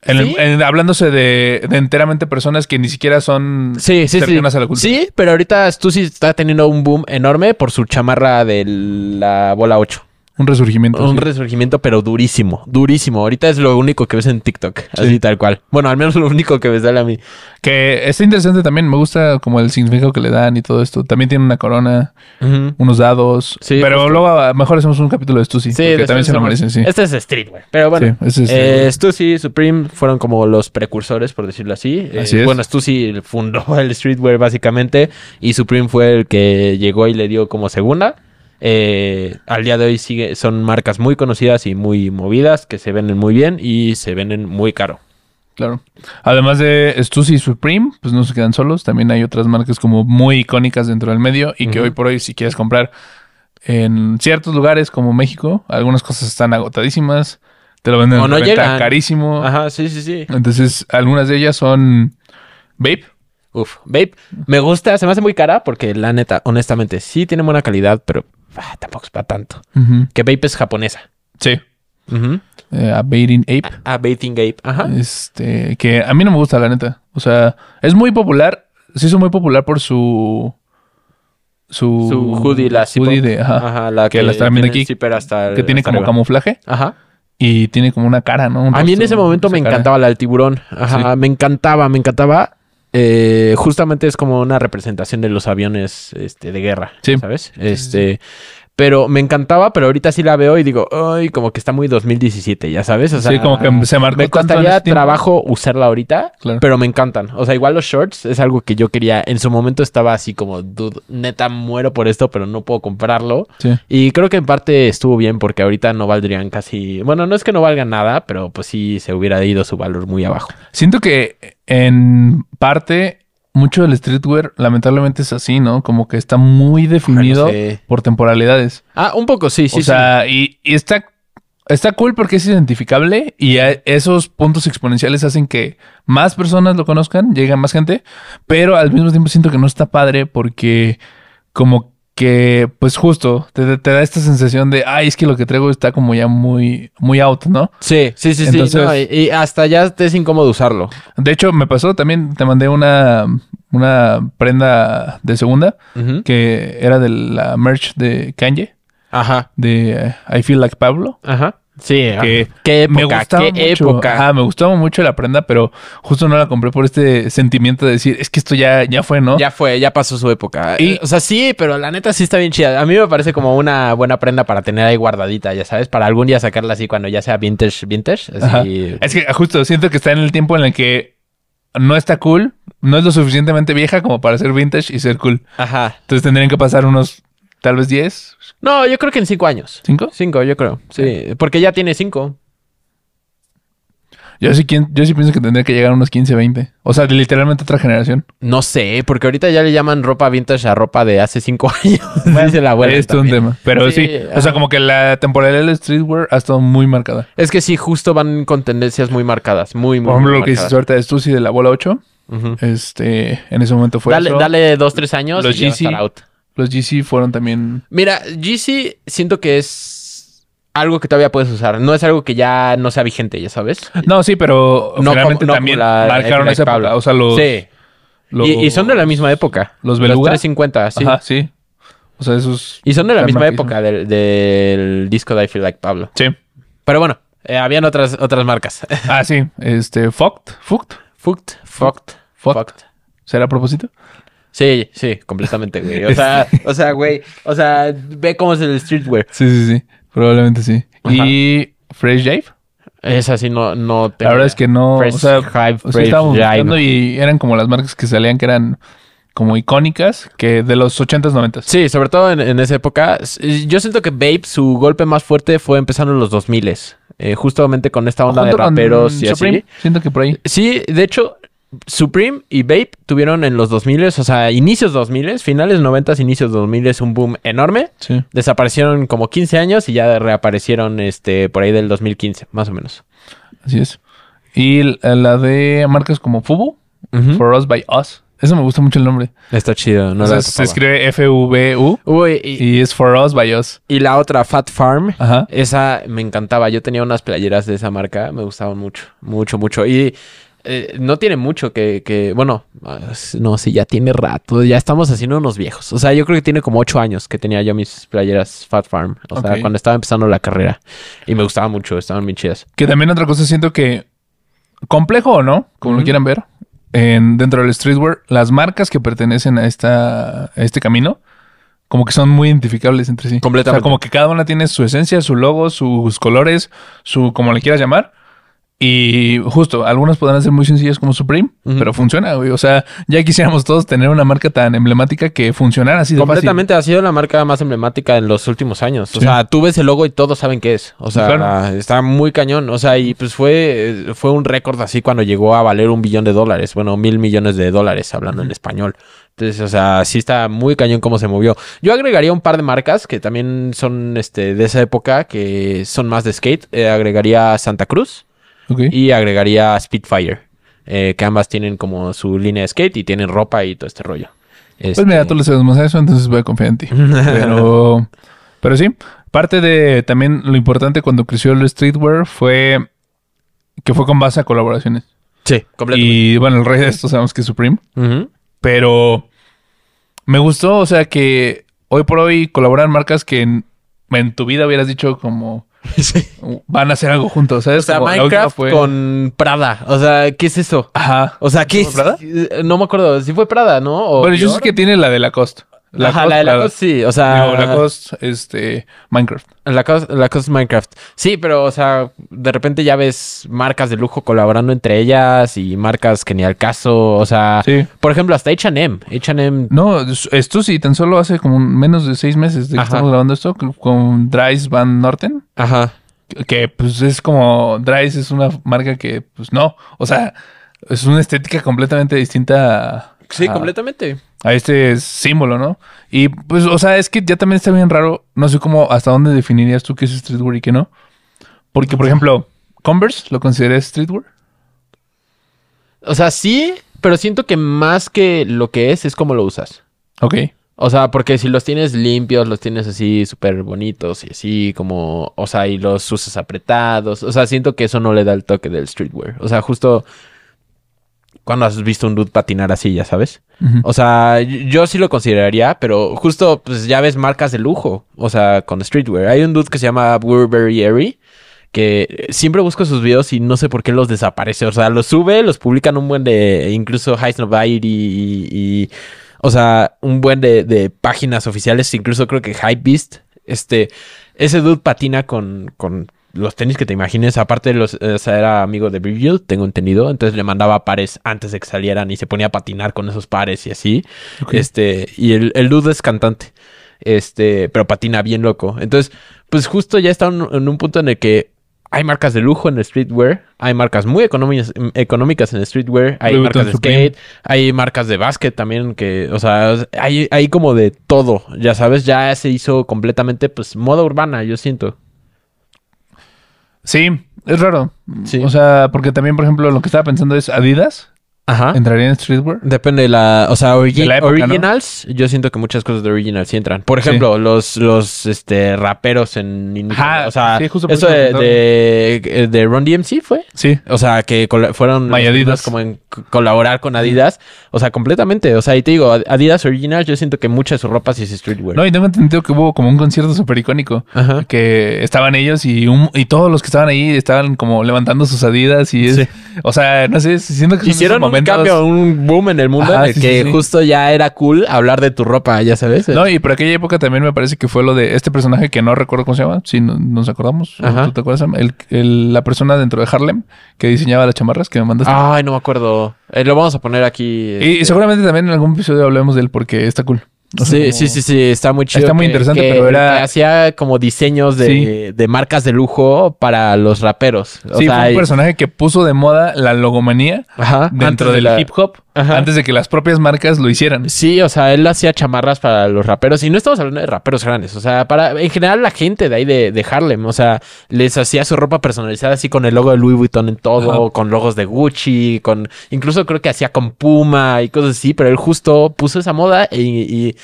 Speaker 2: En el-
Speaker 1: ¿Sí?
Speaker 2: en- hablándose de, de enteramente personas que ni siquiera son
Speaker 1: sí, sí, sí.
Speaker 2: cercanas a la cultura.
Speaker 1: Sí, pero ahorita Stussy está teniendo un boom enorme por su chamarra de la bola 8.
Speaker 2: Un resurgimiento.
Speaker 1: Un
Speaker 2: Pues sí.
Speaker 1: resurgimiento, pero durísimo, durísimo. Ahorita es lo único que ves en TikTok, así tal cual. Bueno, al menos lo único que me sale a mí.
Speaker 2: que está interesante también. Me gusta como el significado que le dan y todo esto. También tiene una corona,
Speaker 1: Ujú.
Speaker 2: unos dados.
Speaker 1: Sí,
Speaker 2: pero
Speaker 1: justo.
Speaker 2: luego a- mejor hacemos un capítulo de Stussy.
Speaker 1: Sí,
Speaker 2: porque
Speaker 1: después
Speaker 2: también se lo
Speaker 1: hacemos-
Speaker 2: merecen, sí.
Speaker 1: Este es streetwear. Pero bueno,
Speaker 2: Sí, ese es
Speaker 1: eh, Stussy y Supreme fueron como los precursores, por decirlo así. Eh,
Speaker 2: Así es.
Speaker 1: Bueno, Stussy fundó el streetwear básicamente y Supreme fue el que llegó y le dio como segunda. Eh, al día de hoy sigue, son marcas muy conocidas y muy movidas que se venden muy bien y se venden muy caro.
Speaker 2: Claro. Además de Stussy y Supreme, pues no se quedan solos. También hay otras marcas como muy icónicas dentro del medio y que
Speaker 1: Ujú.
Speaker 2: hoy por hoy, si quieres comprar en ciertos lugares como México, algunas cosas están agotadísimas. Te lo venden
Speaker 1: O
Speaker 2: en
Speaker 1: no
Speaker 2: reventa
Speaker 1: llegan.
Speaker 2: carísimo.
Speaker 1: Ajá, sí, sí, sí.
Speaker 2: Entonces, algunas de ellas son vape.
Speaker 1: Uf, vape, me gusta, se me hace muy cara porque la neta, honestamente, sí tiene buena calidad, pero ah, tampoco es para tanto. Que vape es japonesa.
Speaker 2: Sí.
Speaker 1: Ujú.
Speaker 2: Eh, a Baiting Ape.
Speaker 1: Ah, Baiting Ape. Ajá.
Speaker 2: Este, que a mí no me gusta, la neta. O sea, es muy popular. Se hizo muy popular por su. Su,
Speaker 1: Su hoodie, la zip-up.
Speaker 2: hoodie de, ajá,
Speaker 1: la
Speaker 2: Ah, que la está viendo aquí,
Speaker 1: zipper hasta
Speaker 2: que tiene
Speaker 1: hasta
Speaker 2: como
Speaker 1: arriba.
Speaker 2: camuflaje.
Speaker 1: Ajá.
Speaker 2: Y tiene como una cara, ¿no? Un
Speaker 1: A mí en
Speaker 2: rostro,
Speaker 1: ese momento
Speaker 2: esa
Speaker 1: me
Speaker 2: cara.
Speaker 1: encantaba la del tiburón. Ajá, me encantaba, me encantaba. Eh, justamente es como una representación de los aviones este, de guerra,
Speaker 2: Sí.
Speaker 1: ¿sabes? Este, pero me encantaba, pero ahorita sí la veo y digo, ay, como que está muy 2017, ya sabes, o sea,
Speaker 2: sí, como que se marcó
Speaker 1: me
Speaker 2: tanto en
Speaker 1: costaría
Speaker 2: ese tiempo.
Speaker 1: trabajo usarla ahorita,
Speaker 2: Claro.
Speaker 1: pero me encantan. O sea, igual los shorts es algo que yo quería. En su momento estaba así como, dude, neta muero por esto, pero no puedo comprarlo.
Speaker 2: Sí.
Speaker 1: Y creo que en parte estuvo bien porque ahorita no valdrían casi. Bueno, no es que no valgan nada, pero pues sí se hubiera ido su valor muy abajo.
Speaker 2: Siento que en parte mucho del streetwear lamentablemente es así, ¿no? Como que está muy definido
Speaker 1: sé.
Speaker 2: por temporalidades.
Speaker 1: Ah, un poco, sí, sí.
Speaker 2: o sea, y, y está, está cool porque es identificable y a- esos puntos exponenciales hacen que más personas lo conozcan, llega más gente, pero al mismo tiempo siento que no está padre porque como que, pues justo, te, te da esta sensación de, ay, es que lo que traigo está como ya muy, muy out, ¿no?
Speaker 1: sí, sí, sí, sí. sí,
Speaker 2: Entonces-
Speaker 1: no, y, y hasta ya te es incómodo usarlo.
Speaker 2: De hecho, me pasó también, te mandé una, una prenda de segunda
Speaker 1: Ujú.
Speaker 2: que era de la merch de Kanye,
Speaker 1: Ajá,
Speaker 2: de eh, I Feel Like Pablo.
Speaker 1: ajá. Sí,
Speaker 2: que
Speaker 1: qué
Speaker 2: me
Speaker 1: época,
Speaker 2: gustaba
Speaker 1: qué
Speaker 2: mucho.
Speaker 1: época.
Speaker 2: Ah, me gustaba mucho la prenda, pero justo no la compré por este sentimiento de decir, es que esto ya, ya fue, ¿no?
Speaker 1: Ya fue, ya pasó su época.
Speaker 2: Y-
Speaker 1: Eh, o sea, sí, pero la neta sí está bien chida. A mí me parece como una buena prenda para tener ahí guardadita, ya sabes, para algún día sacarla así cuando ya sea vintage, vintage.
Speaker 2: Ajá.
Speaker 1: Así.
Speaker 2: Es que justo siento que está en el tiempo en el que no está cool, no es lo suficientemente vieja como para ser vintage y ser cool.
Speaker 1: Ajá.
Speaker 2: Entonces tendrían que pasar unos, tal vez 10,
Speaker 1: No, yo creo que en cinco años.
Speaker 2: 5.
Speaker 1: Cinco, yo creo. Sí, porque ya tiene cinco.
Speaker 2: Yo sí, quien- yo sí pienso que tendría que llegar a unos 15, 20. O sea, literalmente otra generación.
Speaker 1: No sé, porque ahorita ya le llaman ropa vintage a ropa de hace cinco años. dice la abuela.
Speaker 2: es todo un
Speaker 1: también.
Speaker 2: tema. Pero sí,
Speaker 1: Sí,
Speaker 2: o sea,
Speaker 1: ajá.
Speaker 2: como que la temporalidad del streetwear ha estado muy marcada.
Speaker 1: Es que sí, justo van con tendencias muy marcadas, muy, muy,
Speaker 2: Por ejemplo,
Speaker 1: muy
Speaker 2: lo que hiciste
Speaker 1: marcadas.
Speaker 2: ahorita de Stussy de la bola 8,
Speaker 1: Ujú.
Speaker 2: este, en ese momento fue
Speaker 1: dale,
Speaker 2: eso.
Speaker 1: dale dos, tres años
Speaker 2: Los
Speaker 1: y ya va a
Speaker 2: Yeezy.
Speaker 1: estar out.
Speaker 2: Los GC fueron también.
Speaker 1: Mira, GC siento que es algo que todavía puedes usar. No es algo que ya no sea vigente, ya sabes.
Speaker 2: No, sí, pero
Speaker 1: No
Speaker 2: finalmente
Speaker 1: como- no
Speaker 2: también
Speaker 1: como la-
Speaker 2: marcaron
Speaker 1: la-
Speaker 2: esa época.
Speaker 1: Pablo.
Speaker 2: O sea, los.
Speaker 1: sí.
Speaker 2: los-
Speaker 1: Y, y son de la misma época.
Speaker 2: ¿Los Beluga?
Speaker 1: 350, sí.
Speaker 2: Ajá, sí. O sea, esos.
Speaker 1: Y son de la
Speaker 2: Están
Speaker 1: misma
Speaker 2: marquísimos.
Speaker 1: época del, del disco de I Feel Like Pablo.
Speaker 2: Sí.
Speaker 1: Pero bueno, eh, habían otras, otras marcas.
Speaker 2: Ah, sí. Este, Fucked. Fucked.
Speaker 1: Fucked, fucked,
Speaker 2: Fucked.
Speaker 1: fucked.
Speaker 2: ¿Será a propósito?
Speaker 1: Sí, sí, completamente, güey. O sea, o sea, güey. O sea, ve cómo es el streetwear.
Speaker 2: Sí, sí, sí. Probablemente sí.
Speaker 1: Ajá.
Speaker 2: Y. Fresh Jave.
Speaker 1: Es así, no, no
Speaker 2: La verdad es que no.
Speaker 1: Fresh
Speaker 2: o sea,
Speaker 1: Hive,
Speaker 2: o sea,
Speaker 1: Fresh
Speaker 2: estábamos
Speaker 1: Jive.
Speaker 2: buscando y eran como las marcas que salían que eran como icónicas que de los 80s, 90s.
Speaker 1: Sí, sobre todo en, en esa época. S- Yo siento que Babe, su golpe más fuerte fue empezando en los 2000 eh, justamente con esta onda de
Speaker 2: Junto con
Speaker 1: raperos y
Speaker 2: Supreme,
Speaker 1: así.
Speaker 2: Siento que por ahí.
Speaker 1: Sí, de hecho, Supreme y Babe tuvieron en los 2000, o sea, inicios 2000, finales 90, inicios 2000, un boom enorme.
Speaker 2: Sí.
Speaker 1: Desaparecieron como 15 años y ya reaparecieron este por ahí del 2015, más o menos.
Speaker 2: Así es. Y l- la de marcas como Fubu,
Speaker 1: Ujú.
Speaker 2: For Us by Us. Eso me gusta mucho el nombre.
Speaker 1: Está chido, no la
Speaker 2: O sea,
Speaker 1: he
Speaker 2: se
Speaker 1: topado.
Speaker 2: escribe F-U-B-U
Speaker 1: Uy, y,
Speaker 2: y es For Us by Us.
Speaker 1: y la otra, Fat Farm.
Speaker 2: Ajá.
Speaker 1: Esa me encantaba. Yo tenía unas playeras de esa marca. Me gustaban mucho, mucho, mucho. Y eh, no tiene mucho que, que- Bueno, ah, no, sí, ya tiene rato. Ya estamos haciendo unos viejos. O sea, yo creo que tiene como ocho años que tenía yo mis playeras Fat Farm. O
Speaker 2: Ok.
Speaker 1: sea, cuando estaba empezando la carrera. Y me gustaba mucho. Estaban bien chidas.
Speaker 2: Que también otra cosa siento que, complejo o no, como lo
Speaker 1: Ujú.
Speaker 2: quieran ver, en, dentro del streetwear, las marcas que pertenecen a, esta, a este camino, como que son muy identificables entre sí.
Speaker 1: Completamente.
Speaker 2: O sea, como que cada una tiene su esencia, su logo, sus colores, su como le quieras llamar. Y justo, algunas podrán ser muy sencillas como Supreme,
Speaker 1: Ujú.
Speaker 2: pero funciona, güey. O sea, ya quisiéramos todos tener una marca tan emblemática que funcionara así de
Speaker 1: Completamente ha sido la marca más emblemática en los últimos años. O
Speaker 2: Sí.
Speaker 1: sea, tú ves el logo y todos saben qué es. O sea,
Speaker 2: Claro.
Speaker 1: está muy cañón. O sea, y pues fue, eh, fue un récord así cuando llegó a valer un billón de dólares. Bueno, mil millones de dólares hablando en español. Entonces, o sea, sí está muy cañón cómo se movió. Yo agregaría un par de marcas que también son este, de esa época, que son más de skate. Eh, agregaría Santa Cruz
Speaker 2: fácil. Ok.
Speaker 1: y agregaría Spitfire. eh, que ambas tienen como su línea de skate y tienen ropa y todo este rollo.
Speaker 2: Pues mira,
Speaker 1: Este,
Speaker 2: tú le sabes más a eso, entonces voy a confiar en ti. Pero, pero sí, parte de también lo importante cuando creció el streetwear fue que fue con base a colaboraciones.
Speaker 1: Sí, completamente.
Speaker 2: Y bueno, el rey de esto sabemos que es Supreme.
Speaker 1: Ujú.
Speaker 2: Pero me gustó, o sea, que hoy por hoy colaboran marcas que en, en tu vida hubieras dicho como van a hacer algo juntos,
Speaker 1: O
Speaker 2: ¿sabes?
Speaker 1: sea,
Speaker 2: Como la última
Speaker 1: Minecraft
Speaker 2: fue-
Speaker 1: con Prada. O sea, ¿qué es eso?
Speaker 2: Ajá.
Speaker 1: O sea, ¿qué
Speaker 2: ¿No
Speaker 1: es?
Speaker 2: fue Prada?
Speaker 1: Eh, No me acuerdo. Si fue Prada, ¿no? O
Speaker 2: Bueno, yo
Speaker 1: Dior.
Speaker 2: sé que tiene la de Lacoste.
Speaker 1: Ajá, la de la Lacoste, sí. O sea,
Speaker 2: digo, Lacoste, este, Minecraft.
Speaker 1: Lacoste- Lacoste Minecraft. Sí, pero, o sea, de repente ya ves marcas de lujo colaborando entre ellas y marcas que ni al caso. O sea,
Speaker 2: Sí.
Speaker 1: por ejemplo, hasta H&M. H&M...
Speaker 2: No, es- esto sí, tan solo hace como un- menos de seis meses de que
Speaker 1: Ajá.
Speaker 2: estamos grabando esto con- con Dries Van Norten,
Speaker 1: Ajá.
Speaker 2: que- que pues es como Dries es una marca que pues no, o sea, es una estética completamente distinta a,
Speaker 1: Sí,
Speaker 2: a-
Speaker 1: completamente.
Speaker 2: a este símbolo, ¿no? Y pues, o sea, es que ya también está bien raro, no sé cómo, hasta dónde definirías tú qué es streetwear y qué no, porque por ejemplo, Converse lo consideré streetwear.
Speaker 1: O sea, sí, pero siento que más que lo que es, es cómo lo usas.
Speaker 2: Ok,
Speaker 1: O sea, porque si los tienes limpios, los tienes así súper bonitos y así como, o sea, y los usas apretados. O sea, siento que eso no le da el toque del streetwear. O sea, justo cuando has visto un dude patinar así, ya sabes.
Speaker 2: Ujú.
Speaker 1: O sea, y- yo sí lo consideraría, pero justo pues ya ves marcas de lujo, o sea, con streetwear. Hay un dude que se llama Burberry Airy que siempre busco sus videos y no sé por qué los desaparece. O sea, los sube, los publican un buen de incluso High Snobiety y, y, o sea, un buen de, de páginas oficiales, incluso creo que Hypebeast, este, ese dude patina con, con los tenis que te imagines. Aparte, los, o sea, era amigo de Virgil, tengo entendido. Entonces le mandaba pares antes de que salieran y se ponía a patinar con esos pares y así.
Speaker 2: Ok.
Speaker 1: Este, y el, el dude es cantante. Este, pero patina bien loco. Entonces, pues justo ya está en- en un punto en el que hay marcas de lujo en el streetwear, hay marcas muy económicas, económicas en el streetwear, hay
Speaker 2: Louis
Speaker 1: marcas de
Speaker 2: Vuitton
Speaker 1: skate, hay marcas de básquet también que, o sea, hay, hay como de todo, ya sabes, ya se hizo completamente pues moda urbana, yo siento.
Speaker 2: Sí, es raro.
Speaker 1: Sí.
Speaker 2: O sea, porque también, por ejemplo, lo que estaba pensando es Adidas.
Speaker 1: Ajá.
Speaker 2: ¿Entraría en streetwear?
Speaker 1: Depende de la, o sea, origi-
Speaker 2: De la época, ¿no?
Speaker 1: originals, yo siento que muchas cosas de originals sí entran. Por ejemplo, los, los, este, raperos en, inicio,
Speaker 2: Ajá,
Speaker 1: o sea,
Speaker 2: sí, justo por
Speaker 1: eso
Speaker 2: eso
Speaker 1: de,
Speaker 2: me
Speaker 1: de, de Run DMC fue.
Speaker 2: Sí.
Speaker 1: O sea, que col- fueron
Speaker 2: Vaya
Speaker 1: los primeros
Speaker 2: Adidas.
Speaker 1: como en c- colaborar con Adidas. O sea, completamente. O sea, y te digo, Ad- Adidas Original, yo siento que mucha de su ropa sí es streetwear.
Speaker 2: No, y tengo entendido que hubo como un concierto súper icónico.
Speaker 1: Ajá.
Speaker 2: Que estaban ellos y, un- y todos los que estaban ahí estaban como levantando sus adidas y es...
Speaker 1: Sí.
Speaker 2: O sea, no sé, siento que son esos
Speaker 1: Hicieron un
Speaker 2: momentos-
Speaker 1: cambio, un boom en el mundo
Speaker 2: Ajá,
Speaker 1: en el
Speaker 2: sí,
Speaker 1: que
Speaker 2: sí, sí.
Speaker 1: justo ya era cool hablar de tu ropa, ya sabes.
Speaker 2: No, y por aquella época también me parece que fue lo de este personaje que no recuerdo cómo se llama, si no- nos acordamos. o
Speaker 1: Ajá.
Speaker 2: ¿Tú te acuerdas? Sam? El- el- la persona dentro de Harlem que diseñaba las chamarras que me mandaste.
Speaker 1: Ay, no me acuerdo. Eh, lo vamos a poner aquí. eh,
Speaker 2: y, y seguramente también en algún episodio hablemos de él porque está cool. O sea,
Speaker 1: este. Sí,
Speaker 2: como-
Speaker 1: sí, sí, sí, está muy chido.
Speaker 2: Está muy
Speaker 1: que-
Speaker 2: interesante,
Speaker 1: que-
Speaker 2: pero era-
Speaker 1: que hacía como diseños de,
Speaker 2: Sí.
Speaker 1: de marcas de lujo para los raperos. O
Speaker 2: sí,
Speaker 1: sea,
Speaker 2: fue un
Speaker 1: y-
Speaker 2: personaje que puso de moda la logomanía
Speaker 1: ajá, antes
Speaker 2: dentro
Speaker 1: de
Speaker 2: del
Speaker 1: la-
Speaker 2: hip hop
Speaker 1: Ajá.
Speaker 2: antes de que las propias marcas lo hicieran.
Speaker 1: Sí, o sea, él hacía chamarras para los raperos. Y no estamos hablando de raperos grandes. O sea, para en general la gente de ahí de, de Harlem. O sea, les hacía su ropa personalizada así con el logo de Louis Vuitton en todo,
Speaker 2: Ajá.
Speaker 1: con logos de Gucci, con. Incluso creo que hacía con Puma y cosas así. Pero él justo puso esa moda y. y,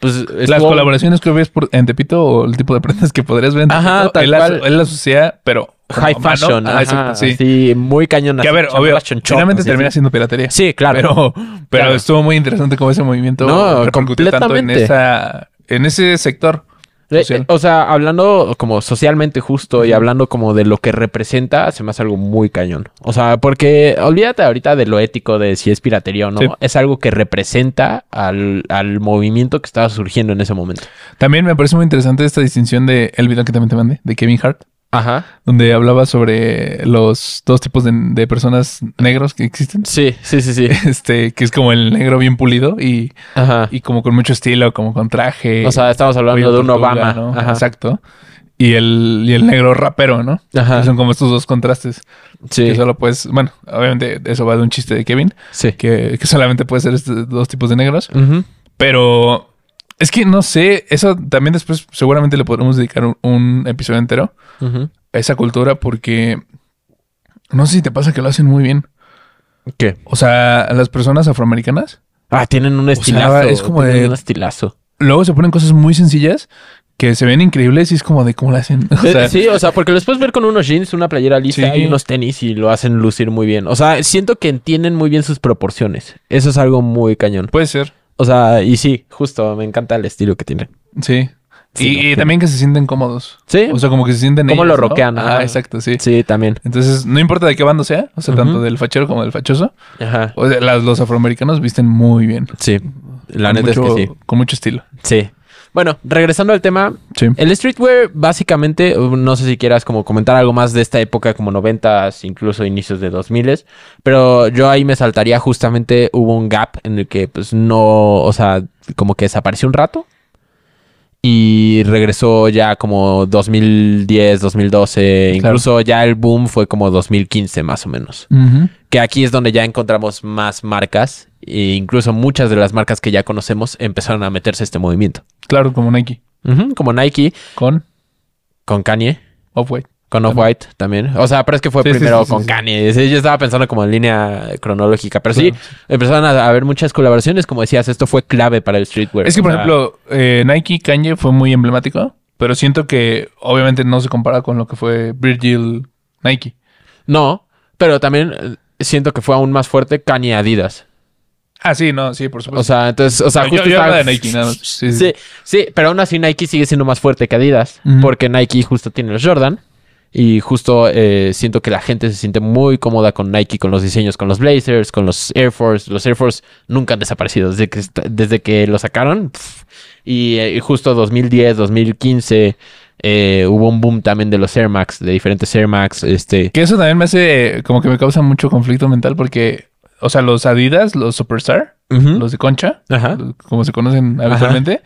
Speaker 1: pues
Speaker 2: Las
Speaker 1: estuvo-
Speaker 2: colaboraciones que ves por, en Tepito o el tipo de prendas que podrías ver en
Speaker 1: Ajá,
Speaker 2: Tepito,
Speaker 1: tal
Speaker 2: él, las-
Speaker 1: cual.
Speaker 2: él las hacía, pero...
Speaker 1: High
Speaker 2: a mano.
Speaker 1: fashion,
Speaker 2: Ah,
Speaker 1: ajá,
Speaker 2: exacto, sí.
Speaker 1: así, muy cañón.
Speaker 2: Que a
Speaker 1: así,
Speaker 2: ver, obvio,
Speaker 1: chamarras chonchotas,
Speaker 2: finalmente
Speaker 1: así.
Speaker 2: termina siendo piratería.
Speaker 1: Sí, claro.
Speaker 2: Pero, pero
Speaker 1: Claro.
Speaker 2: estuvo muy interesante cómo ese movimiento
Speaker 1: No,
Speaker 2: repercutió tanto en,
Speaker 1: completamente.
Speaker 2: esa, en ese sector.
Speaker 1: Eh,
Speaker 2: social.
Speaker 1: eh, o sea, hablando como socialmente justo y hablando como de lo que representa, se me hace algo muy cañón. O sea, porque olvídate ahorita de lo ético de si es piratería o no.
Speaker 2: Sí.
Speaker 1: Es algo que representa al, al movimiento que estaba surgiendo en ese momento.
Speaker 2: También me parece muy interesante esta distinción de el video que también te mandé, de Kevin Hart,
Speaker 1: Ajá.
Speaker 2: donde hablaba sobre los dos tipos de, de personas negros que existen.
Speaker 1: Sí, sí, sí, sí.
Speaker 2: Este, que es como el negro bien pulido y,
Speaker 1: Ajá.
Speaker 2: y como con mucho estilo, como con traje.
Speaker 1: O sea, estamos hablando
Speaker 2: cuello
Speaker 1: de un
Speaker 2: tortuga,
Speaker 1: Obama.
Speaker 2: ¿no?
Speaker 1: Ajá.
Speaker 2: Exacto. Y el, y el negro rapero, ¿no?
Speaker 1: Ajá.
Speaker 2: Que son como estos dos contrastes.
Speaker 1: Sí,
Speaker 2: Que solo puedes, bueno, obviamente eso va de un chiste de Kevin,
Speaker 1: sí.
Speaker 2: que, que solamente puede ser estos dos tipos de negros.
Speaker 1: Ujú.
Speaker 2: Pero es que no sé, eso también después seguramente le podremos dedicar un, un episodio entero
Speaker 1: Ujú.
Speaker 2: a esa cultura porque no sé si te pasa que lo hacen muy bien.
Speaker 1: ¿Qué?
Speaker 2: O sea, las personas afroamericanas
Speaker 1: Ah, tienen un estilazo.
Speaker 2: es como
Speaker 1: tienen
Speaker 2: de-
Speaker 1: un estilazo.
Speaker 2: luego se ponen cosas muy sencillas que se ven increíbles y es como de cómo lo hacen. O
Speaker 1: Eh,
Speaker 2: sea,
Speaker 1: sí, o sea, porque los puedes ver con unos jeans, una playera lisa
Speaker 2: Sí.
Speaker 1: y unos tenis y lo hacen lucir muy bien. O sea, siento que entienden muy bien sus proporciones. Eso es algo muy cañón.
Speaker 2: puede ser.
Speaker 1: O sea, y sí, justo, me encanta el estilo que tienen.
Speaker 2: Sí.
Speaker 1: Sí,
Speaker 2: y,
Speaker 1: no,
Speaker 2: y
Speaker 1: sí.
Speaker 2: también que se sienten cómodos.
Speaker 1: Sí,
Speaker 2: O sea, como que se sienten.
Speaker 1: Cómo
Speaker 2: ellos,
Speaker 1: lo
Speaker 2: ¿no?
Speaker 1: rockean,
Speaker 2: Ajá,
Speaker 1: ajá.
Speaker 2: exacto, sí.
Speaker 1: sí, también.
Speaker 2: Entonces, no importa de qué bando sea, o sea, tanto
Speaker 1: Ujú.
Speaker 2: del fachero como del fachoso,
Speaker 1: Ajá.
Speaker 2: o sea, las- los afroamericanos visten muy bien.
Speaker 1: Sí, la
Speaker 2: Con
Speaker 1: neta es
Speaker 2: mucho-
Speaker 1: que sí.
Speaker 2: Con mucho estilo.
Speaker 1: Sí. Bueno, regresando al tema,
Speaker 2: Sí.
Speaker 1: el streetwear básicamente, uh, no sé si quieras como comentar algo más de esta época como 90s, incluso inicios de 2000s, pero yo ahí me saltaría justamente hubo un gap en el que pues no, o sea, como que desapareció un rato y regresó ya como 2010, 2012,
Speaker 2: Claro.
Speaker 1: incluso ya el boom fue como 2015 más o menos
Speaker 2: Ujú.
Speaker 1: que aquí es donde ya encontramos más marcas e incluso muchas de las marcas que ya conocemos empezaron a meterse a este movimiento.
Speaker 2: Claro, como Nike.
Speaker 1: Ujú, como Nike,
Speaker 2: Con
Speaker 1: con Kanye,
Speaker 2: Off-White.
Speaker 1: con Off-White también. O sea, pero es que fue
Speaker 2: Sí, sí,
Speaker 1: primero
Speaker 2: sí, sí,
Speaker 1: con
Speaker 2: sí.
Speaker 1: Kanye. Sí, Yo estaba pensando como en línea cronológica, pero sí,
Speaker 2: Claro,
Speaker 1: empezaron a haber muchas colaboraciones. Como decías, esto fue clave para el streetwear.
Speaker 2: Es que,
Speaker 1: O
Speaker 2: por
Speaker 1: sea,
Speaker 2: ejemplo, eh, Nike Kanye fue muy emblemático, pero siento que obviamente no se compara con lo que fue Virgil Nike.
Speaker 1: No, pero también eh, siento que fue aún más fuerte Kanye Adidas.
Speaker 2: Ah, sí, no, sí, por supuesto.
Speaker 1: O sea, entonces, o sea,
Speaker 2: No, yo-
Speaker 1: justo
Speaker 2: yo
Speaker 1: estaba-
Speaker 2: hablaba de Nike, nada más. Sí, sí.
Speaker 1: Sí, sí, pero aún así Nike sigue siendo más fuerte que Adidas,
Speaker 2: Ujú.
Speaker 1: porque Nike justo tiene los Jordan Y justo eh, siento que la gente se siente muy cómoda con Nike, con los diseños, con los Blazers, con los Air Force. Los Air Force nunca han desaparecido desde que, est- desde que lo sacaron. pf. Y, eh, y justo 2010, 2015 eh, hubo un boom también de los Air Max, de diferentes Air Max. Este,
Speaker 2: Que eso también me hace, como que me causa mucho conflicto mental porque, o sea, los Adidas, los Superstar,
Speaker 1: Ujú.
Speaker 2: los de concha,
Speaker 1: ¿Mm? Ajá.
Speaker 2: como se conocen habitualmente,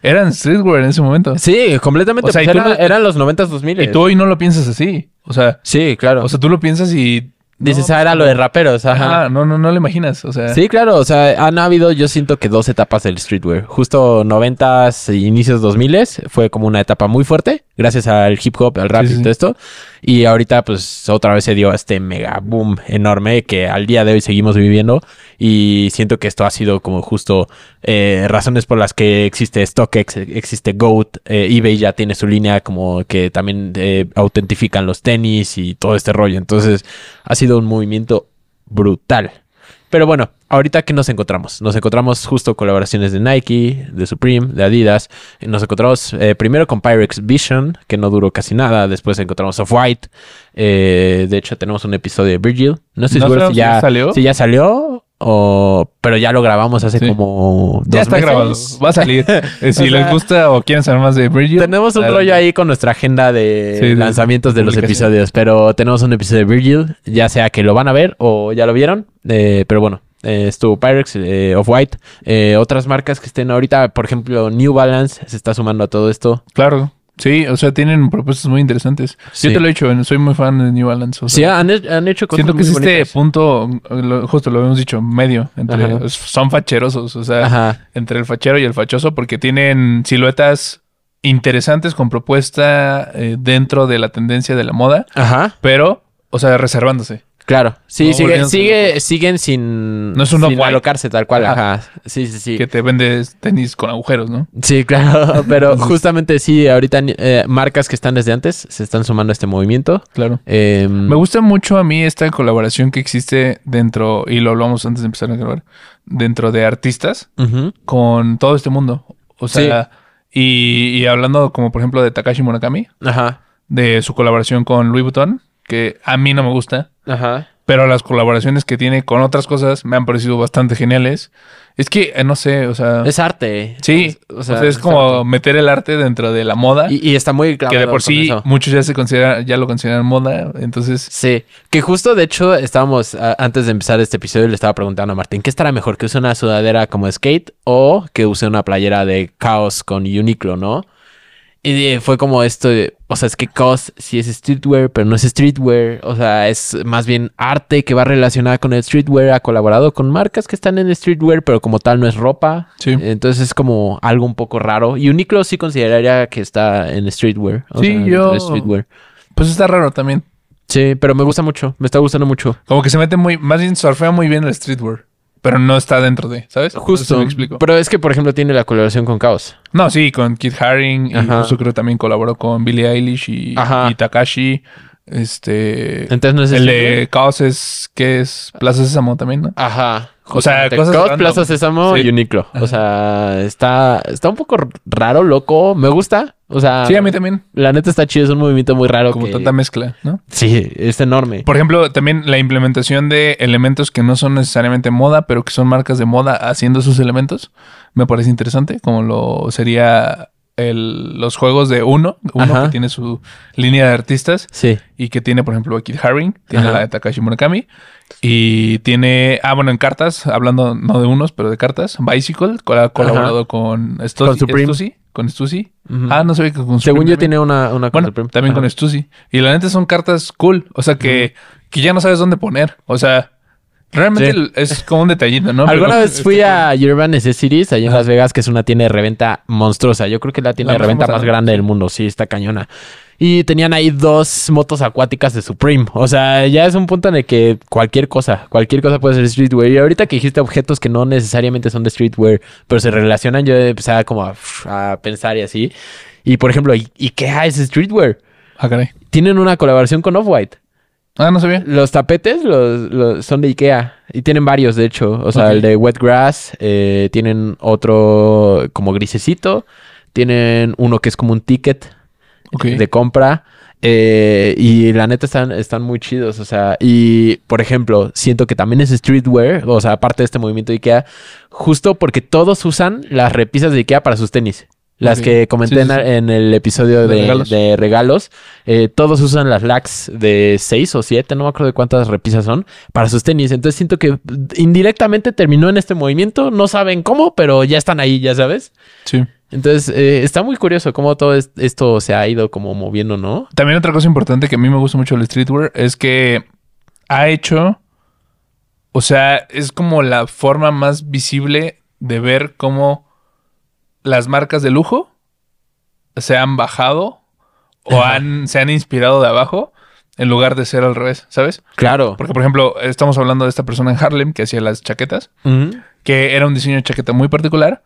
Speaker 2: eran streetwear en ese momento.
Speaker 1: Sí, completamente.
Speaker 2: O sea,
Speaker 1: pues
Speaker 2: y tú
Speaker 1: era-
Speaker 2: no-
Speaker 1: eran los 90s, 2000.
Speaker 2: Y tú hoy no lo piensas así. O sea,
Speaker 1: Sí, claro.
Speaker 2: o sea, tú lo piensas y...
Speaker 1: Dices,
Speaker 2: no,
Speaker 1: ah, era lo de raperos. Ajá.
Speaker 2: ajá, no, no, no lo imaginas. O sea,
Speaker 1: Sí, claro, o sea, han habido, yo siento que dos etapas del streetwear. Justo 90s, e inicios 2000s, fue como una etapa muy fuerte, gracias al hip hop, al rap
Speaker 2: Sí, sí,
Speaker 1: y todo esto. Y ahorita, pues, otra vez se dio este mega boom enorme que al día de hoy seguimos viviendo. Y siento que esto ha sido como justo eh, razones por las que existe StockX, existe GOAT, eh, eBay ya tiene su línea como que también eh, autentifican los tenis y todo este rollo. Entonces, ha sido un movimiento brutal. Pero bueno, ahorita que nos encontramos. Nos encontramos justo colaboraciones de Nike, de Supreme, de Adidas. Nos encontramos eh, primero con Pyrex Vision, que no duró casi nada. Después encontramos Off-White. Eh, de hecho, tenemos un episodio de Virgil. No estoy
Speaker 2: No
Speaker 1: seguro si
Speaker 2: sabemos si
Speaker 1: ya
Speaker 2: ya salió.
Speaker 1: si ya salió o... Pero ya lo grabamos hace
Speaker 2: Sí.
Speaker 1: como dos
Speaker 2: ya está
Speaker 1: meses.
Speaker 2: grabado. Va a salir. Eh, si
Speaker 1: O sea,
Speaker 2: les gusta o quieren saber más de Virgil.
Speaker 1: Tenemos un rollo ahí con nutra agenda de
Speaker 2: Sí, de
Speaker 1: lanzamientos de los
Speaker 2: publicación.
Speaker 1: episodios, pero tenemos un episodio de Virgil, ya sea que lo van a ver o ya lo vieron, eh, pero bueno, eh, estuvo Pyrex, eh, Off-White, eh, otras marcas que estén ahorita, por ejemplo, New Balance se está sumando a todo esto.
Speaker 2: Claro. Sí, o sea, tienen propuestas muy interesantes.
Speaker 1: Sí.
Speaker 2: Yo te lo he dicho, soy muy fan de New Balance. o sea,
Speaker 1: Sí, han, han hecho cosas
Speaker 2: Siento que es
Speaker 1: muy
Speaker 2: este
Speaker 1: bonitas.
Speaker 2: punto, lo- justo lo habíamos dicho, medio. entre
Speaker 1: Ajá.
Speaker 2: es- Son facherosos, o sea,
Speaker 1: Ajá,
Speaker 2: entre el fachero y el fachoso, porque tienen siluetas interesantes con propuesta eh, dentro de la tendencia de la moda,
Speaker 1: ajá,
Speaker 2: pero, o sea, reservándose.
Speaker 1: claro. Sí,
Speaker 2: No,
Speaker 1: sigue,
Speaker 2: volviéndose
Speaker 1: sigue, siguen sin,
Speaker 2: No es un
Speaker 1: sin
Speaker 2: Off-White.
Speaker 1: alocarse tal cual,
Speaker 2: Ajá.
Speaker 1: ajá. Sí, sí, sí.
Speaker 2: Que te vendes tenis con agujeros, ¿no?
Speaker 1: Sí, claro, pero justamente sí, ahorita eh, marcas que están desde antes se están sumando a este movimiento.
Speaker 2: Claro.
Speaker 1: Eh,
Speaker 2: Me gusta mucho a mí esta colaboración que existe dentro, y lo hablamos antes de empezar a grabar, dentro de artistas.
Speaker 1: ujú,
Speaker 2: con todo este mundo. O sea, y, y hablando como por ejemplo de Takashi Murakami,
Speaker 1: Ajá,
Speaker 2: de su colaboración con Louis Vuitton, que a mí no me gusta,
Speaker 1: ajá.
Speaker 2: pero las colaboraciones que tiene con otras cosas me han parecido bastante geniales. Es que, eh, no sé, o sea,
Speaker 1: Es arte.
Speaker 2: sí,
Speaker 1: O sea,
Speaker 2: o sea, es como meter el arte dentro de la moda,
Speaker 1: Y, y está muy claro.
Speaker 2: que de por sí muchos ya se consideran, ya lo consideran moda, entonces...
Speaker 1: Sí, que justo de hecho estábamos, a- antes de empezar este episodio, le estaba preguntando a Martín, ¿qué estará mejor? ¿Que use una sudadera como skate o que use una playera de Chaos con Uniqlo, no? Y eh, fue como esto, de- o sea, es que Chaos sí es streetwear, pero no es streetwear, o sea, es más bien arte que va relacionada con el streetwear, ha colaborado con marcas que están en streetwear, pero como tal no es ropa.
Speaker 2: Sí.
Speaker 1: Entonces es como algo un poco raro. Y Uniqlo sí consideraría que está en streetwear. o
Speaker 2: Sí,
Speaker 1: sea, dentro
Speaker 2: yo-
Speaker 1: de streetwear.
Speaker 2: Pues está raro también.
Speaker 1: Sí, pero me gusta mucho, me está gustando mucho.
Speaker 2: Como que se mete muy, más bien surfea muy bien el streetwear, pero no está dentro de, ¿sabes? No sé si
Speaker 1: Justo.
Speaker 2: me explico.
Speaker 1: Pero es que, por ejemplo, tiene la colaboración con Caos.
Speaker 2: No, sí, con Kid Haring y
Speaker 1: Ajá.
Speaker 2: justo creo también colaboró con Billie Eilish y,
Speaker 1: Ajá.
Speaker 2: y Takashi. Este.
Speaker 1: Entonces no es
Speaker 2: el
Speaker 1: streetwear.
Speaker 2: de Caos es. ¿Qué es? Plaza Sésamo también, ¿no?
Speaker 1: Ajá.
Speaker 2: O sea,
Speaker 1: Justamente.
Speaker 2: cosas
Speaker 1: Caos,
Speaker 2: random.
Speaker 1: Plaza Sésamo
Speaker 2: Sí.
Speaker 1: y Uniqlo. O sea, está, está un poco raro, loco. Me gusta. O sea,
Speaker 2: sí, a mí también.
Speaker 1: la neta está chido. Es un movimiento muy raro.
Speaker 2: Como
Speaker 1: que-
Speaker 2: tanta mezcla, ¿no?
Speaker 1: Sí, es enorme.
Speaker 2: Por ejemplo, también la implementación de elementos que no son necesariamente moda, pero que son marcas de moda haciendo sus elementos, me parece interesante, como lo sería el- los juegos de Uno, Uno
Speaker 1: Ajá.
Speaker 2: que tiene su línea de artistas,
Speaker 1: Sí.
Speaker 2: y que tiene, por ejemplo, a Kid Haring, tiene
Speaker 1: Ajá.
Speaker 2: la de Takashi Murakami, y tiene, ah, bueno, en cartas, hablando no de unos, pero de cartas, Bicycle, col- ha colaborado con Stussy,
Speaker 1: Con Supreme.
Speaker 2: Stussy, con Stussy.
Speaker 1: Ujú.
Speaker 2: Ah, no sabía que
Speaker 1: Según
Speaker 2: con Supreme
Speaker 1: yo,
Speaker 2: también.
Speaker 1: tiene una, una con
Speaker 2: Bueno,
Speaker 1: Supreme.
Speaker 2: también
Speaker 1: Ajá.
Speaker 2: con Stussy. Y la neta son cartas cool, o sea, que, que ya no sabes dónde poner, o sea, realmente
Speaker 1: Sí.
Speaker 2: es como un detallito, ¿no? este,
Speaker 1: Alguna
Speaker 2: Pero-
Speaker 1: vez fui a Urban Necessities, allá en Las Vegas, que es una tienda de reventa monstruosa. Yo creo que la tienda
Speaker 2: La
Speaker 1: de
Speaker 2: más
Speaker 1: reventa
Speaker 2: famosa,
Speaker 1: más
Speaker 2: ¿no?
Speaker 1: grande del mundo. Sí, está cañona. Y tenían ahí dos motos acuáticas de Supreme. O sea, ya es un punto en el que cualquier cosa, cualquier cosa puede ser streetwear. Y ahorita que dijiste objetos que no necesariamente son de streetwear, pero se relacionan, yo empezaba como a, a pensar y así. Y por ejemplo, I- IKEA es streetwear.
Speaker 2: Ah, caray.
Speaker 1: Tienen una colaboración con Off-White.
Speaker 2: Ah, no sabía.
Speaker 1: Los tapetes los, los- son de Ikea y tienen varios, de hecho. O sea,
Speaker 2: Ok.
Speaker 1: el de Wet Grass, eh, tienen otro como grisecito, tienen uno que es como un ticket
Speaker 2: Ok.
Speaker 1: de compra Eh, y la neta están, están muy chidos, o sea, y por ejemplo, siento que también es streetwear, o sea, aparte de este movimiento de Ikea, justo porque todos usan las repisas de Ikea para sus tenis. Las
Speaker 2: Ok.
Speaker 1: que comenté
Speaker 2: Sí, sí,
Speaker 1: en,
Speaker 2: sí.
Speaker 1: en el episodio de,
Speaker 2: De
Speaker 1: de regalos,
Speaker 2: regalos.
Speaker 1: eh, todos usan las lax de 6 o 7, no me acuerdo de cuántas repisas son, para sus tenis. Entonces siento que indirectamente terminó en este movimiento, no saben cómo, pero ya están ahí, ya sabes.
Speaker 2: Sí.
Speaker 1: Entonces eh, está muy curioso cómo todo es- esto se ha ido como moviendo, ¿no?
Speaker 2: También otra cosa importante que a mí me gusta mucho del streetwear es que ha hecho, o sea, es como la forma más visible de ver cómo las marcas de lujo se han bajado o
Speaker 1: Ajá.
Speaker 2: han, se han inspirado de abajo en lugar de ser al revés, ¿sabes?
Speaker 1: Claro.
Speaker 2: Porque, por ejemplo, estamos hablando de esta persona en Harlem que hacía las chaquetas,
Speaker 1: Ujú.
Speaker 2: que era un diseño de chaqueta muy particular,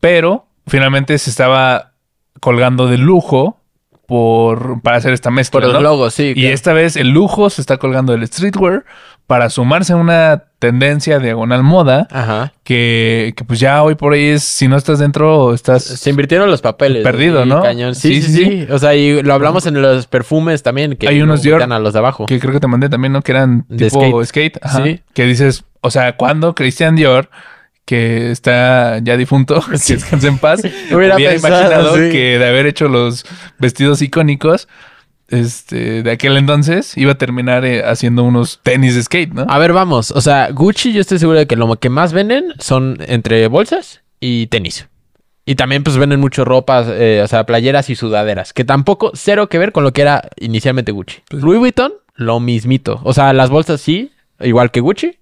Speaker 2: pero finalmente se estaba colgando de lujo por, para hacer esta mezcla.
Speaker 1: Por los
Speaker 2: ¿no?
Speaker 1: logos, sí.
Speaker 2: Y
Speaker 1: claro.
Speaker 2: esta vez el lujo se está colgando del streetwear para sumarse a una tendencia diagonal moda
Speaker 1: Ajá.
Speaker 2: que, que pues ya hoy por hoy es, si no estás dentro, estás...
Speaker 1: Se invirtieron los papeles.
Speaker 2: Perdido,
Speaker 1: sí,
Speaker 2: ¿no?
Speaker 1: cañón. Sí sí,
Speaker 2: Sí,
Speaker 1: sí,
Speaker 2: sí,
Speaker 1: O sea, y lo hablamos en los perfumes también, que
Speaker 2: Hay unos
Speaker 1: no
Speaker 2: Dior
Speaker 1: quitan a los de abajo.
Speaker 2: Que creo que te mandé también, ¿no? Que eran
Speaker 1: De
Speaker 2: tipo skate. ajá.
Speaker 1: Sí.
Speaker 2: Que dices, o sea, cuando Christian Dior, que está ya difunto, que descansa en paz,
Speaker 1: Hubiera
Speaker 2: hubiera,
Speaker 1: pensado,
Speaker 2: imaginado
Speaker 1: sí.
Speaker 2: que de haber hecho los vestidos icónicos este, de aquel entonces, iba a terminar eh, haciendo unos tenis de skate, ¿no?
Speaker 1: A ver, vamos. O sea, Gucci, yo estoy seguro de que lo que más venden son entre bolsas y tenis. Y también, pues, venden mucho ropas, eh, o sea, playeras y sudaderas, que tampoco cero que ver con lo que era inicialmente Gucci.
Speaker 2: Pues
Speaker 1: Louis Vuitton, lo mismito. O sea, las bolsas sí, igual que Gucci,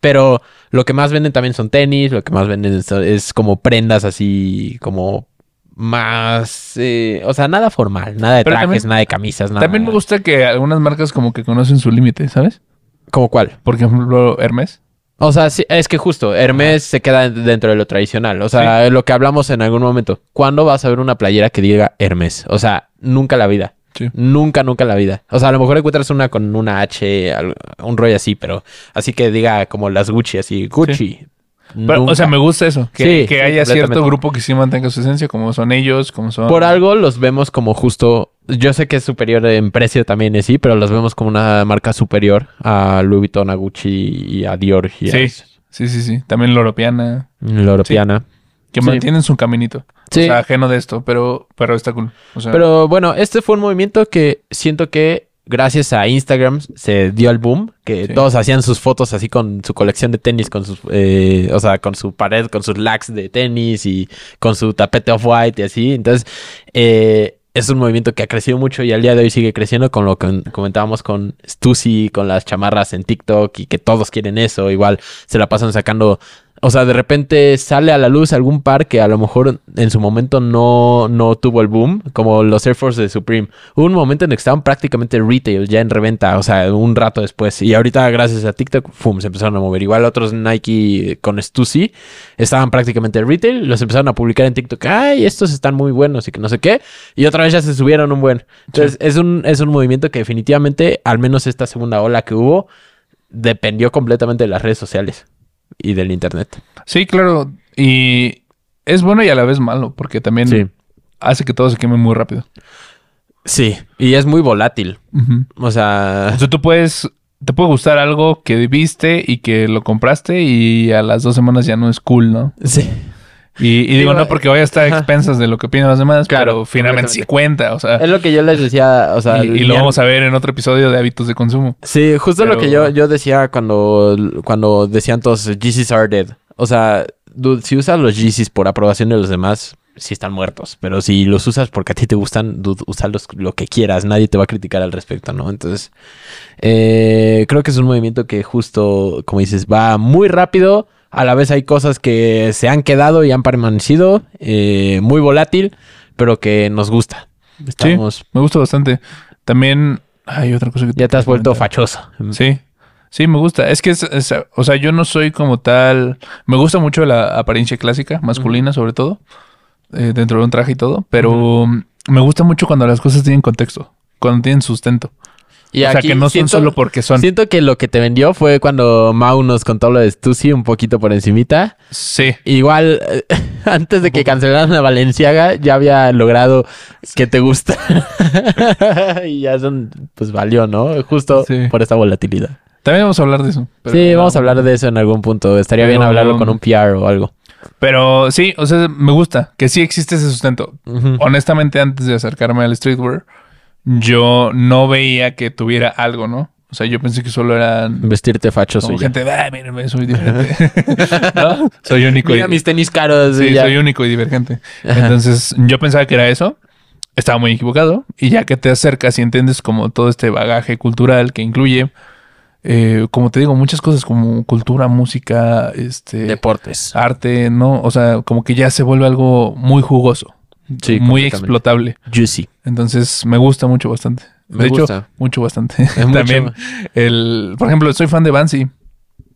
Speaker 1: pero lo que más venden también son tenis, lo que más venden so- es como prendas así, como más, eh, o sea, nada formal, nada de
Speaker 2: Pero
Speaker 1: trajes,
Speaker 2: también-
Speaker 1: nada de camisas, nada.
Speaker 2: También me gusta que algunas marcas como que conocen su límite, ¿sabes?
Speaker 1: ¿Como cuál?
Speaker 2: Por ejemplo, Hermes.
Speaker 1: O sea, sí, es que justo, Hermes se queda dentro de lo tradicional. O sea, lo que hablamos en algún momento. ¿Cuándo vas a ver una playera que diga Hermes? O sea, nunca en la vida.
Speaker 2: Sí.
Speaker 1: Nunca, nunca en la vida. O sea, a lo mejor encuentras una con una H, al- un rollo así, pero así que diga como las Gucci, así, Gucci.
Speaker 2: Pero, o
Speaker 1: Nunca.
Speaker 2: sea, me gusta eso. Que,
Speaker 1: Sí,
Speaker 2: que
Speaker 1: sí,
Speaker 2: haya cierto
Speaker 1: completamente.
Speaker 2: grupo que sí mantenga su esencia, como son ellos, como son...
Speaker 1: Por algo los vemos como justo. Yo sé que es superior en precio también, y sí, pero los vemos como una marca superior a Louis Vuitton, a Gucci y a Dior. Y
Speaker 2: Sí, sí, sí, sí. También la europeana,
Speaker 1: La europeana.
Speaker 2: que
Speaker 1: Sí.
Speaker 2: mantienen su caminito.
Speaker 1: Sí.
Speaker 2: O sea, ajeno de esto, pero, pero está cool. O sea,
Speaker 1: Pero bueno, este fue un movimiento que siento que gracias a Instagram se dio el boom, que
Speaker 2: Sí.
Speaker 1: todos hacían sus fotos así con su colección de tenis, con sus, eh, o sea, con su pared, con sus lags de tenis y con su tapete off white y así. Entonces, eh, es un movimiento que ha crecido mucho y al día de hoy sigue creciendo con lo que comentábamos con Stussy, con las chamarras en TikTok y que todos quieren eso. Igual se la pasan sacando. O sea, de repente sale a la luz algún par que a lo mejor en su momento no, no tuvo el boom, como los Air Force de Supreme. Hubo un momento en el que estaban prácticamente retail, ya en reventa, o sea, un rato después. Y ahorita, gracias a TikTok, ¡fum! se empezaron a mover. Igual otros Nike con Stussy estaban prácticamente retail, los empezaron a publicar en TikTok. ¡Ay, estos están muy buenos! Y que no sé qué. Y otra vez ya se subieron un buen. Entonces, es, un, es un movimiento que definitivamente, al menos esta segunda ola que hubo, dependió completamente de las redes sociales y del internet.
Speaker 2: Sí, claro. Y es bueno y a la vez malo, porque también hace que todo se queme muy rápido.
Speaker 1: Sí, y es muy volátil.
Speaker 2: Ujú.
Speaker 1: O sea,
Speaker 2: O sea, tú puedes... Te puede gustar algo que viste y que lo compraste y a las dos semanas ya no es cool, ¿no?
Speaker 1: sí.
Speaker 2: Y, y digo,
Speaker 1: Digo,
Speaker 2: no porque vaya a estar a
Speaker 1: ajá.
Speaker 2: expensas de lo que opinan los demás,
Speaker 1: Claro,
Speaker 2: pero finalmente sí
Speaker 1: completamente.
Speaker 2: cuenta, o sea,
Speaker 1: Es lo que yo les decía, o sea,
Speaker 2: y, y lo
Speaker 1: lineal-
Speaker 2: vamos a ver en otro episodio de hábitos de consumo.
Speaker 1: Sí, justo lo
Speaker 2: Pero-
Speaker 1: que yo, yo decía cuando, cuando decían todos GCs are dead. O sea, dude, si usas los GCs por aprobación de los demás, sí están muertos. Pero si los usas porque a ti te gustan, dude, úsalos lo que quieras. Nadie te va a criticar al respecto, ¿no? Entonces, eh, creo que es un movimiento que justo, como dices, va muy rápido. A la vez hay cosas que se han quedado y han permanecido. eh, muy volátil, pero que nos gusta. Estamos...
Speaker 2: Me gusta bastante. También hay otra cosa que
Speaker 1: Ya te has
Speaker 2: quería
Speaker 1: vuelto
Speaker 2: comentar.
Speaker 1: fachoso.
Speaker 2: Sí. Sí, me gusta. Es que, es- es- o sea, yo no soy como tal. Me gusta mucho la apariencia clásica, masculina sobre todo, eh, dentro de un traje y todo, pero mm, me gusta mucho cuando las cosas tienen contexto, cuando tienen sustento.
Speaker 1: Y
Speaker 2: o sea,
Speaker 1: aquí
Speaker 2: que no son
Speaker 1: siento-
Speaker 2: solo porque son.
Speaker 1: Siento que lo que te vendió fue cuando Mau nos contó lo de Stussy un poquito por encimita.
Speaker 2: Sí.
Speaker 1: Igual, eh, antes de que cancelaran a Valenciaga, ya había logrado que te gusta. y ya son, pues valió, ¿no? Justo
Speaker 2: Sí.
Speaker 1: por esta volatilidad.
Speaker 2: También vamos a hablar de eso. pero-
Speaker 1: sí, vamos a hablar de eso en algún punto. Estaría bien
Speaker 2: Pero-
Speaker 1: hablarlo con un PR o algo.
Speaker 2: Pero sí, o sea, me gusta que sí existe ese sustento.
Speaker 1: Ujú.
Speaker 2: Honestamente, antes de acercarme al streetwear, yo no veía que tuviera algo, ¿no? O sea, yo pensé que solo eran
Speaker 1: Vestirte fachoso.
Speaker 2: como
Speaker 1: y ya.
Speaker 2: gente, ah, mírenme, soy diferente. ¿No? Soy único.
Speaker 1: Mira
Speaker 2: y,
Speaker 1: mis tenis caros.
Speaker 2: sí,
Speaker 1: y ya.
Speaker 2: soy único y divergente.
Speaker 1: Ajá.
Speaker 2: Entonces, yo pensaba que era eso. Estaba muy equivocado. Y ya que te acercas y entiendes como todo este bagaje cultural que incluye, eh, como te digo, muchas cosas como cultura, música, este
Speaker 1: Deportes.
Speaker 2: arte, ¿no? O sea, como que ya se vuelve algo muy jugoso,
Speaker 1: Sí,
Speaker 2: muy
Speaker 1: completamente.
Speaker 2: explotable.
Speaker 1: Juicy.
Speaker 2: Entonces, me gusta mucho bastante.
Speaker 1: Me
Speaker 2: de
Speaker 1: gusta.
Speaker 2: hecho, mucho bastante.
Speaker 1: mucho.
Speaker 2: También el, por ejemplo, soy fan de Bansi.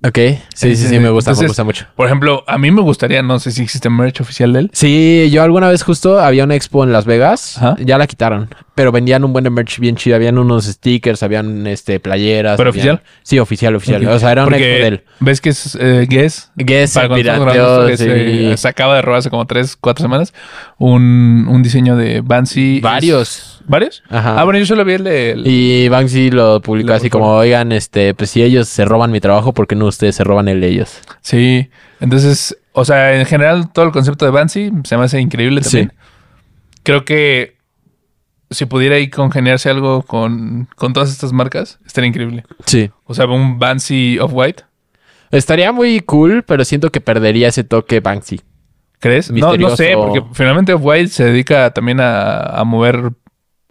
Speaker 1: Ok. Sí, sí, sí, me gusta, me
Speaker 2: Entonces-
Speaker 1: gusta mucho.
Speaker 2: Por ejemplo, a mí me gustaría, no sé si existe merch oficial de él.
Speaker 1: Sí, yo alguna vez justo había una expo en Las Vegas,
Speaker 2: Ajá.
Speaker 1: ya la quitaron, pero vendían un buen de merch bien chido, habían unos stickers, habían este playeras.
Speaker 2: ¿Pero
Speaker 1: habían-
Speaker 2: oficial?
Speaker 1: Sí, oficial, oficial.
Speaker 2: Ok.
Speaker 1: O sea, era una
Speaker 2: Porque
Speaker 1: expo del
Speaker 2: ¿Ves que es eh, Guess?
Speaker 1: Guess
Speaker 2: Para
Speaker 1: se
Speaker 2: cuando estamos
Speaker 1: pirateó,
Speaker 2: grabando esto, que se,
Speaker 1: sí.
Speaker 2: se acaba de robar hace como tres, cuatro semanas un, un diseño de Bansi.
Speaker 1: varios.
Speaker 2: ¿Varios?
Speaker 1: Ajá.
Speaker 2: Ah, bueno, yo solo vi el de... el-
Speaker 1: y Banksy lo publicó
Speaker 2: Lo
Speaker 1: así
Speaker 2: mejor.
Speaker 1: como, oigan, este, pues si ellos se roban mi trabajo, ¿por qué no ustedes se roban el de ellos?
Speaker 2: Sí, entonces, o sea, en general todo el concepto de Bansi se me hace increíble también. Creo que si pudiera ahí congeniarse algo con, con todas estas marcas, estaría increíble.
Speaker 1: Sí.
Speaker 2: O sea, un Bansi Off-White,
Speaker 1: Estaría muy cool, pero siento que perdería ese toque Banksy.
Speaker 2: ¿crees? No, no sé,
Speaker 1: Misterioso.
Speaker 2: porque finalmente Off-White se dedica también a, a mover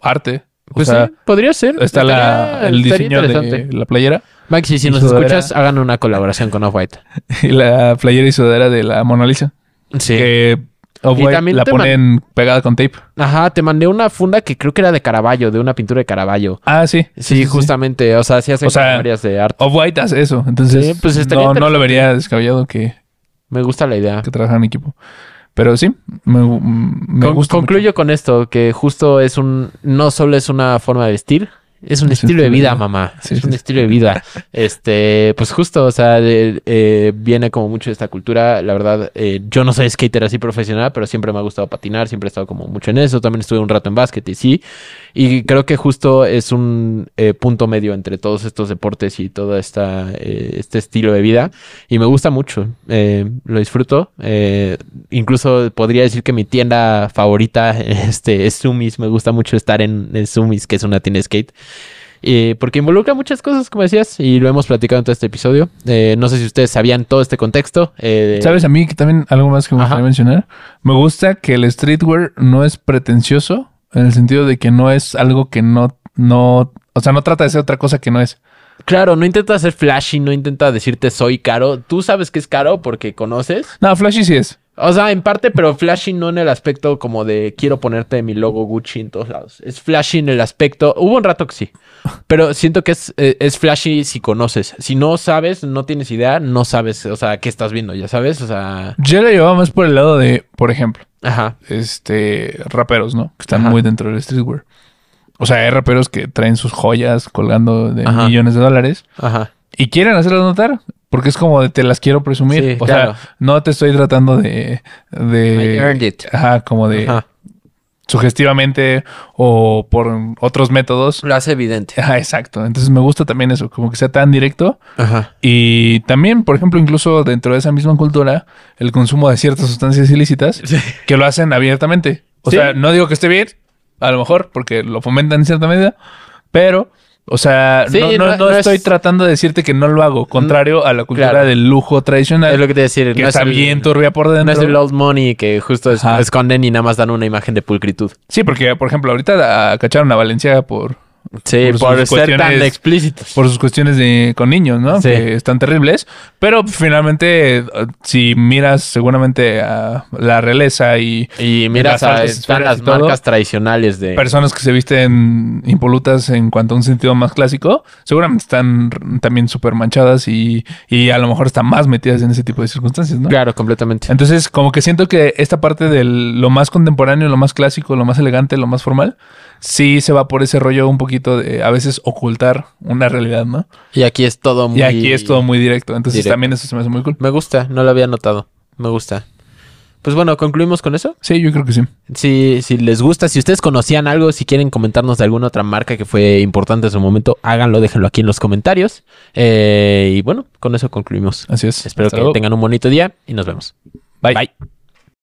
Speaker 2: arte. O
Speaker 1: Pues
Speaker 2: sea,
Speaker 1: sí, podría ser.
Speaker 2: está la,
Speaker 1: Estaría-
Speaker 2: el
Speaker 1: estaría
Speaker 2: diseño
Speaker 1: interesante.
Speaker 2: de la playera
Speaker 1: Banksy, si
Speaker 2: y
Speaker 1: nos
Speaker 2: sudadera.
Speaker 1: escuchas, hagan una colaboración con Off-White.
Speaker 2: y la playera y sudadera de la Mona Lisa.
Speaker 1: Sí.
Speaker 2: Que Off-White
Speaker 1: también
Speaker 2: la
Speaker 1: te man-
Speaker 2: ponen pegada con tape.
Speaker 1: Ajá, te mandé una funda que creo que era de Caravaggio, de una pintura de Caravaggio.
Speaker 2: Ah, sí.
Speaker 1: Sí, justamente. O sea, sí hacen
Speaker 2: O sea,
Speaker 1: varias de arte.
Speaker 2: Off-White hace eso. Entonces,
Speaker 1: Sí, pues estaría
Speaker 2: no, no lo vería descabellado que,
Speaker 1: Me gusta la idea.
Speaker 2: que trabajaran en equipo. Pero sí, me, me
Speaker 1: Con-
Speaker 2: gusta.
Speaker 1: concluyo con esto, que justo es un... No solo es una forma de vestir, es un estilo
Speaker 2: Es un
Speaker 1: de
Speaker 2: estilo de
Speaker 1: vida,
Speaker 2: vida.
Speaker 1: mamá.
Speaker 2: Sí,
Speaker 1: es
Speaker 2: sí,
Speaker 1: un
Speaker 2: sí.
Speaker 1: estilo de vida. Este, pues justo, o sea, de- eh, viene como mucho de esta cultura. La verdad, eh, yo no soy skater así profesional, pero siempre me ha gustado patinar, siempre he estado como mucho en eso. También estuve un rato en básquet y sí. Y creo que justo es un eh, punto medio entre todos estos deportes y todo esta, eh, este estilo de vida. Y me gusta mucho, eh, lo disfruto. Eh, incluso podría decir que mi tienda favorita este, es Sumis. Me gusta mucho estar en, en Sumis, que es una tienda de skate. Eh, porque involucra muchas cosas, como decías, y lo hemos platicado en todo este episodio. Eh, no sé si ustedes sabían todo este contexto. eh,
Speaker 2: mucho. ¿Sabes? A mí que también algo más que me
Speaker 1: Ajá.
Speaker 2: gustaría mencionar. Me gusta que el streetwear no es pretencioso en el sentido de que no es algo que no. no o sea, no trata de ser otra cosa que no es.
Speaker 1: Claro, no intenta ser flashy, no intenta decirte soy caro. Tú sabes que es caro porque conoces.
Speaker 2: No, Flashy sí es.
Speaker 1: O sea, en parte, pero flashy no en el aspecto como de quiero ponerte mi logo Gucci en todos lados. Es flashy en el aspecto. Hubo un rato que sí. Pero siento que es, eh, es flashy si conoces. Si no sabes, no tienes idea, no sabes, o sea, qué estás viendo, ya sabes. O sea,
Speaker 2: Yo la llevaba más por el lado de, por ejemplo,
Speaker 1: ajá.
Speaker 2: este raperos, ¿no? Que están
Speaker 1: Ajá.
Speaker 2: muy dentro del streetwear. O sea, hay raperos que traen sus joyas colgando de
Speaker 1: Ajá.
Speaker 2: millones de dólares.
Speaker 1: Ajá.
Speaker 2: y quieren hacerlas notar. Porque es como de te las quiero presumir.
Speaker 1: Sí,
Speaker 2: o
Speaker 1: claro.
Speaker 2: sea, no te estoy tratando de. de
Speaker 1: I earned it.
Speaker 2: Ajá, como de
Speaker 1: Ajá.
Speaker 2: sugestivamente o por otros métodos.
Speaker 1: Lo hace evidente.
Speaker 2: Ajá, exacto. Entonces me gusta también eso, como que sea tan directo.
Speaker 1: Ajá.
Speaker 2: Y también, por ejemplo, incluso dentro de esa misma cultura, el consumo de ciertas sustancias ilícitas que lo hacen abiertamente. O
Speaker 1: Sí.
Speaker 2: sea, no digo que esté bien, a lo mejor, porque lo fomentan en cierta medida, pero, o sea,
Speaker 1: Sí,
Speaker 2: no, no-
Speaker 1: no-
Speaker 2: no
Speaker 1: no es-
Speaker 2: estoy tratando de decirte que no lo hago, contrario a la cultura
Speaker 1: Claro.
Speaker 2: del lujo tradicional,
Speaker 1: Es lo que te decía.
Speaker 2: que
Speaker 1: no es
Speaker 2: está
Speaker 1: el-
Speaker 2: bien turbia por dentro.
Speaker 1: No es el old money que justo es-
Speaker 2: Ajá.
Speaker 1: esconden y nada más dan una imagen de pulcritud.
Speaker 2: Sí, porque, por ejemplo, ahorita ah, cacharon a Valenciaga por,
Speaker 1: Sí, por,
Speaker 2: Por sus
Speaker 1: ser tan
Speaker 2: cuestiones-
Speaker 1: explícitos.
Speaker 2: por sus cuestiones de, con niños, ¿no?
Speaker 1: Sí.
Speaker 2: Que están terribles. Pero finalmente, eh, si miras seguramente a la realeza y
Speaker 1: Y miras
Speaker 2: las
Speaker 1: a
Speaker 2: altas
Speaker 1: están
Speaker 2: esferas
Speaker 1: las
Speaker 2: y todo.
Speaker 1: marcas tradicionales de...
Speaker 2: personas que se visten impolutas en cuanto a un sentido más clásico, seguramente están r- también súper manchadas y, y a lo mejor están más metidas en ese tipo de circunstancias, ¿no?
Speaker 1: Claro, completamente.
Speaker 2: Entonces, como que siento que esta parte de lo más contemporáneo, lo más clásico, lo más elegante, lo más formal, sí se va por ese rollo un poquito de a veces ocultar una realidad, ¿no?
Speaker 1: Y aquí es todo muy...
Speaker 2: Y aquí es todo muy directo. Entonces
Speaker 1: Directo.
Speaker 2: también eso se me hace muy cool.
Speaker 1: Me gusta, no lo había notado. Me gusta. Pues bueno, concluimos con eso.
Speaker 2: Sí, yo creo que sí.
Speaker 1: Si, si les gusta, si ustedes conocían algo, si quieren comentarnos de alguna otra marca que fue importante en su momento, háganlo, déjenlo aquí en los comentarios. Eh, y bueno, con eso concluimos.
Speaker 2: Así es.
Speaker 1: Espero
Speaker 2: Hasta
Speaker 1: que
Speaker 2: luego.
Speaker 1: tengan un bonito día y nos vemos.
Speaker 2: Bye.
Speaker 1: Bye.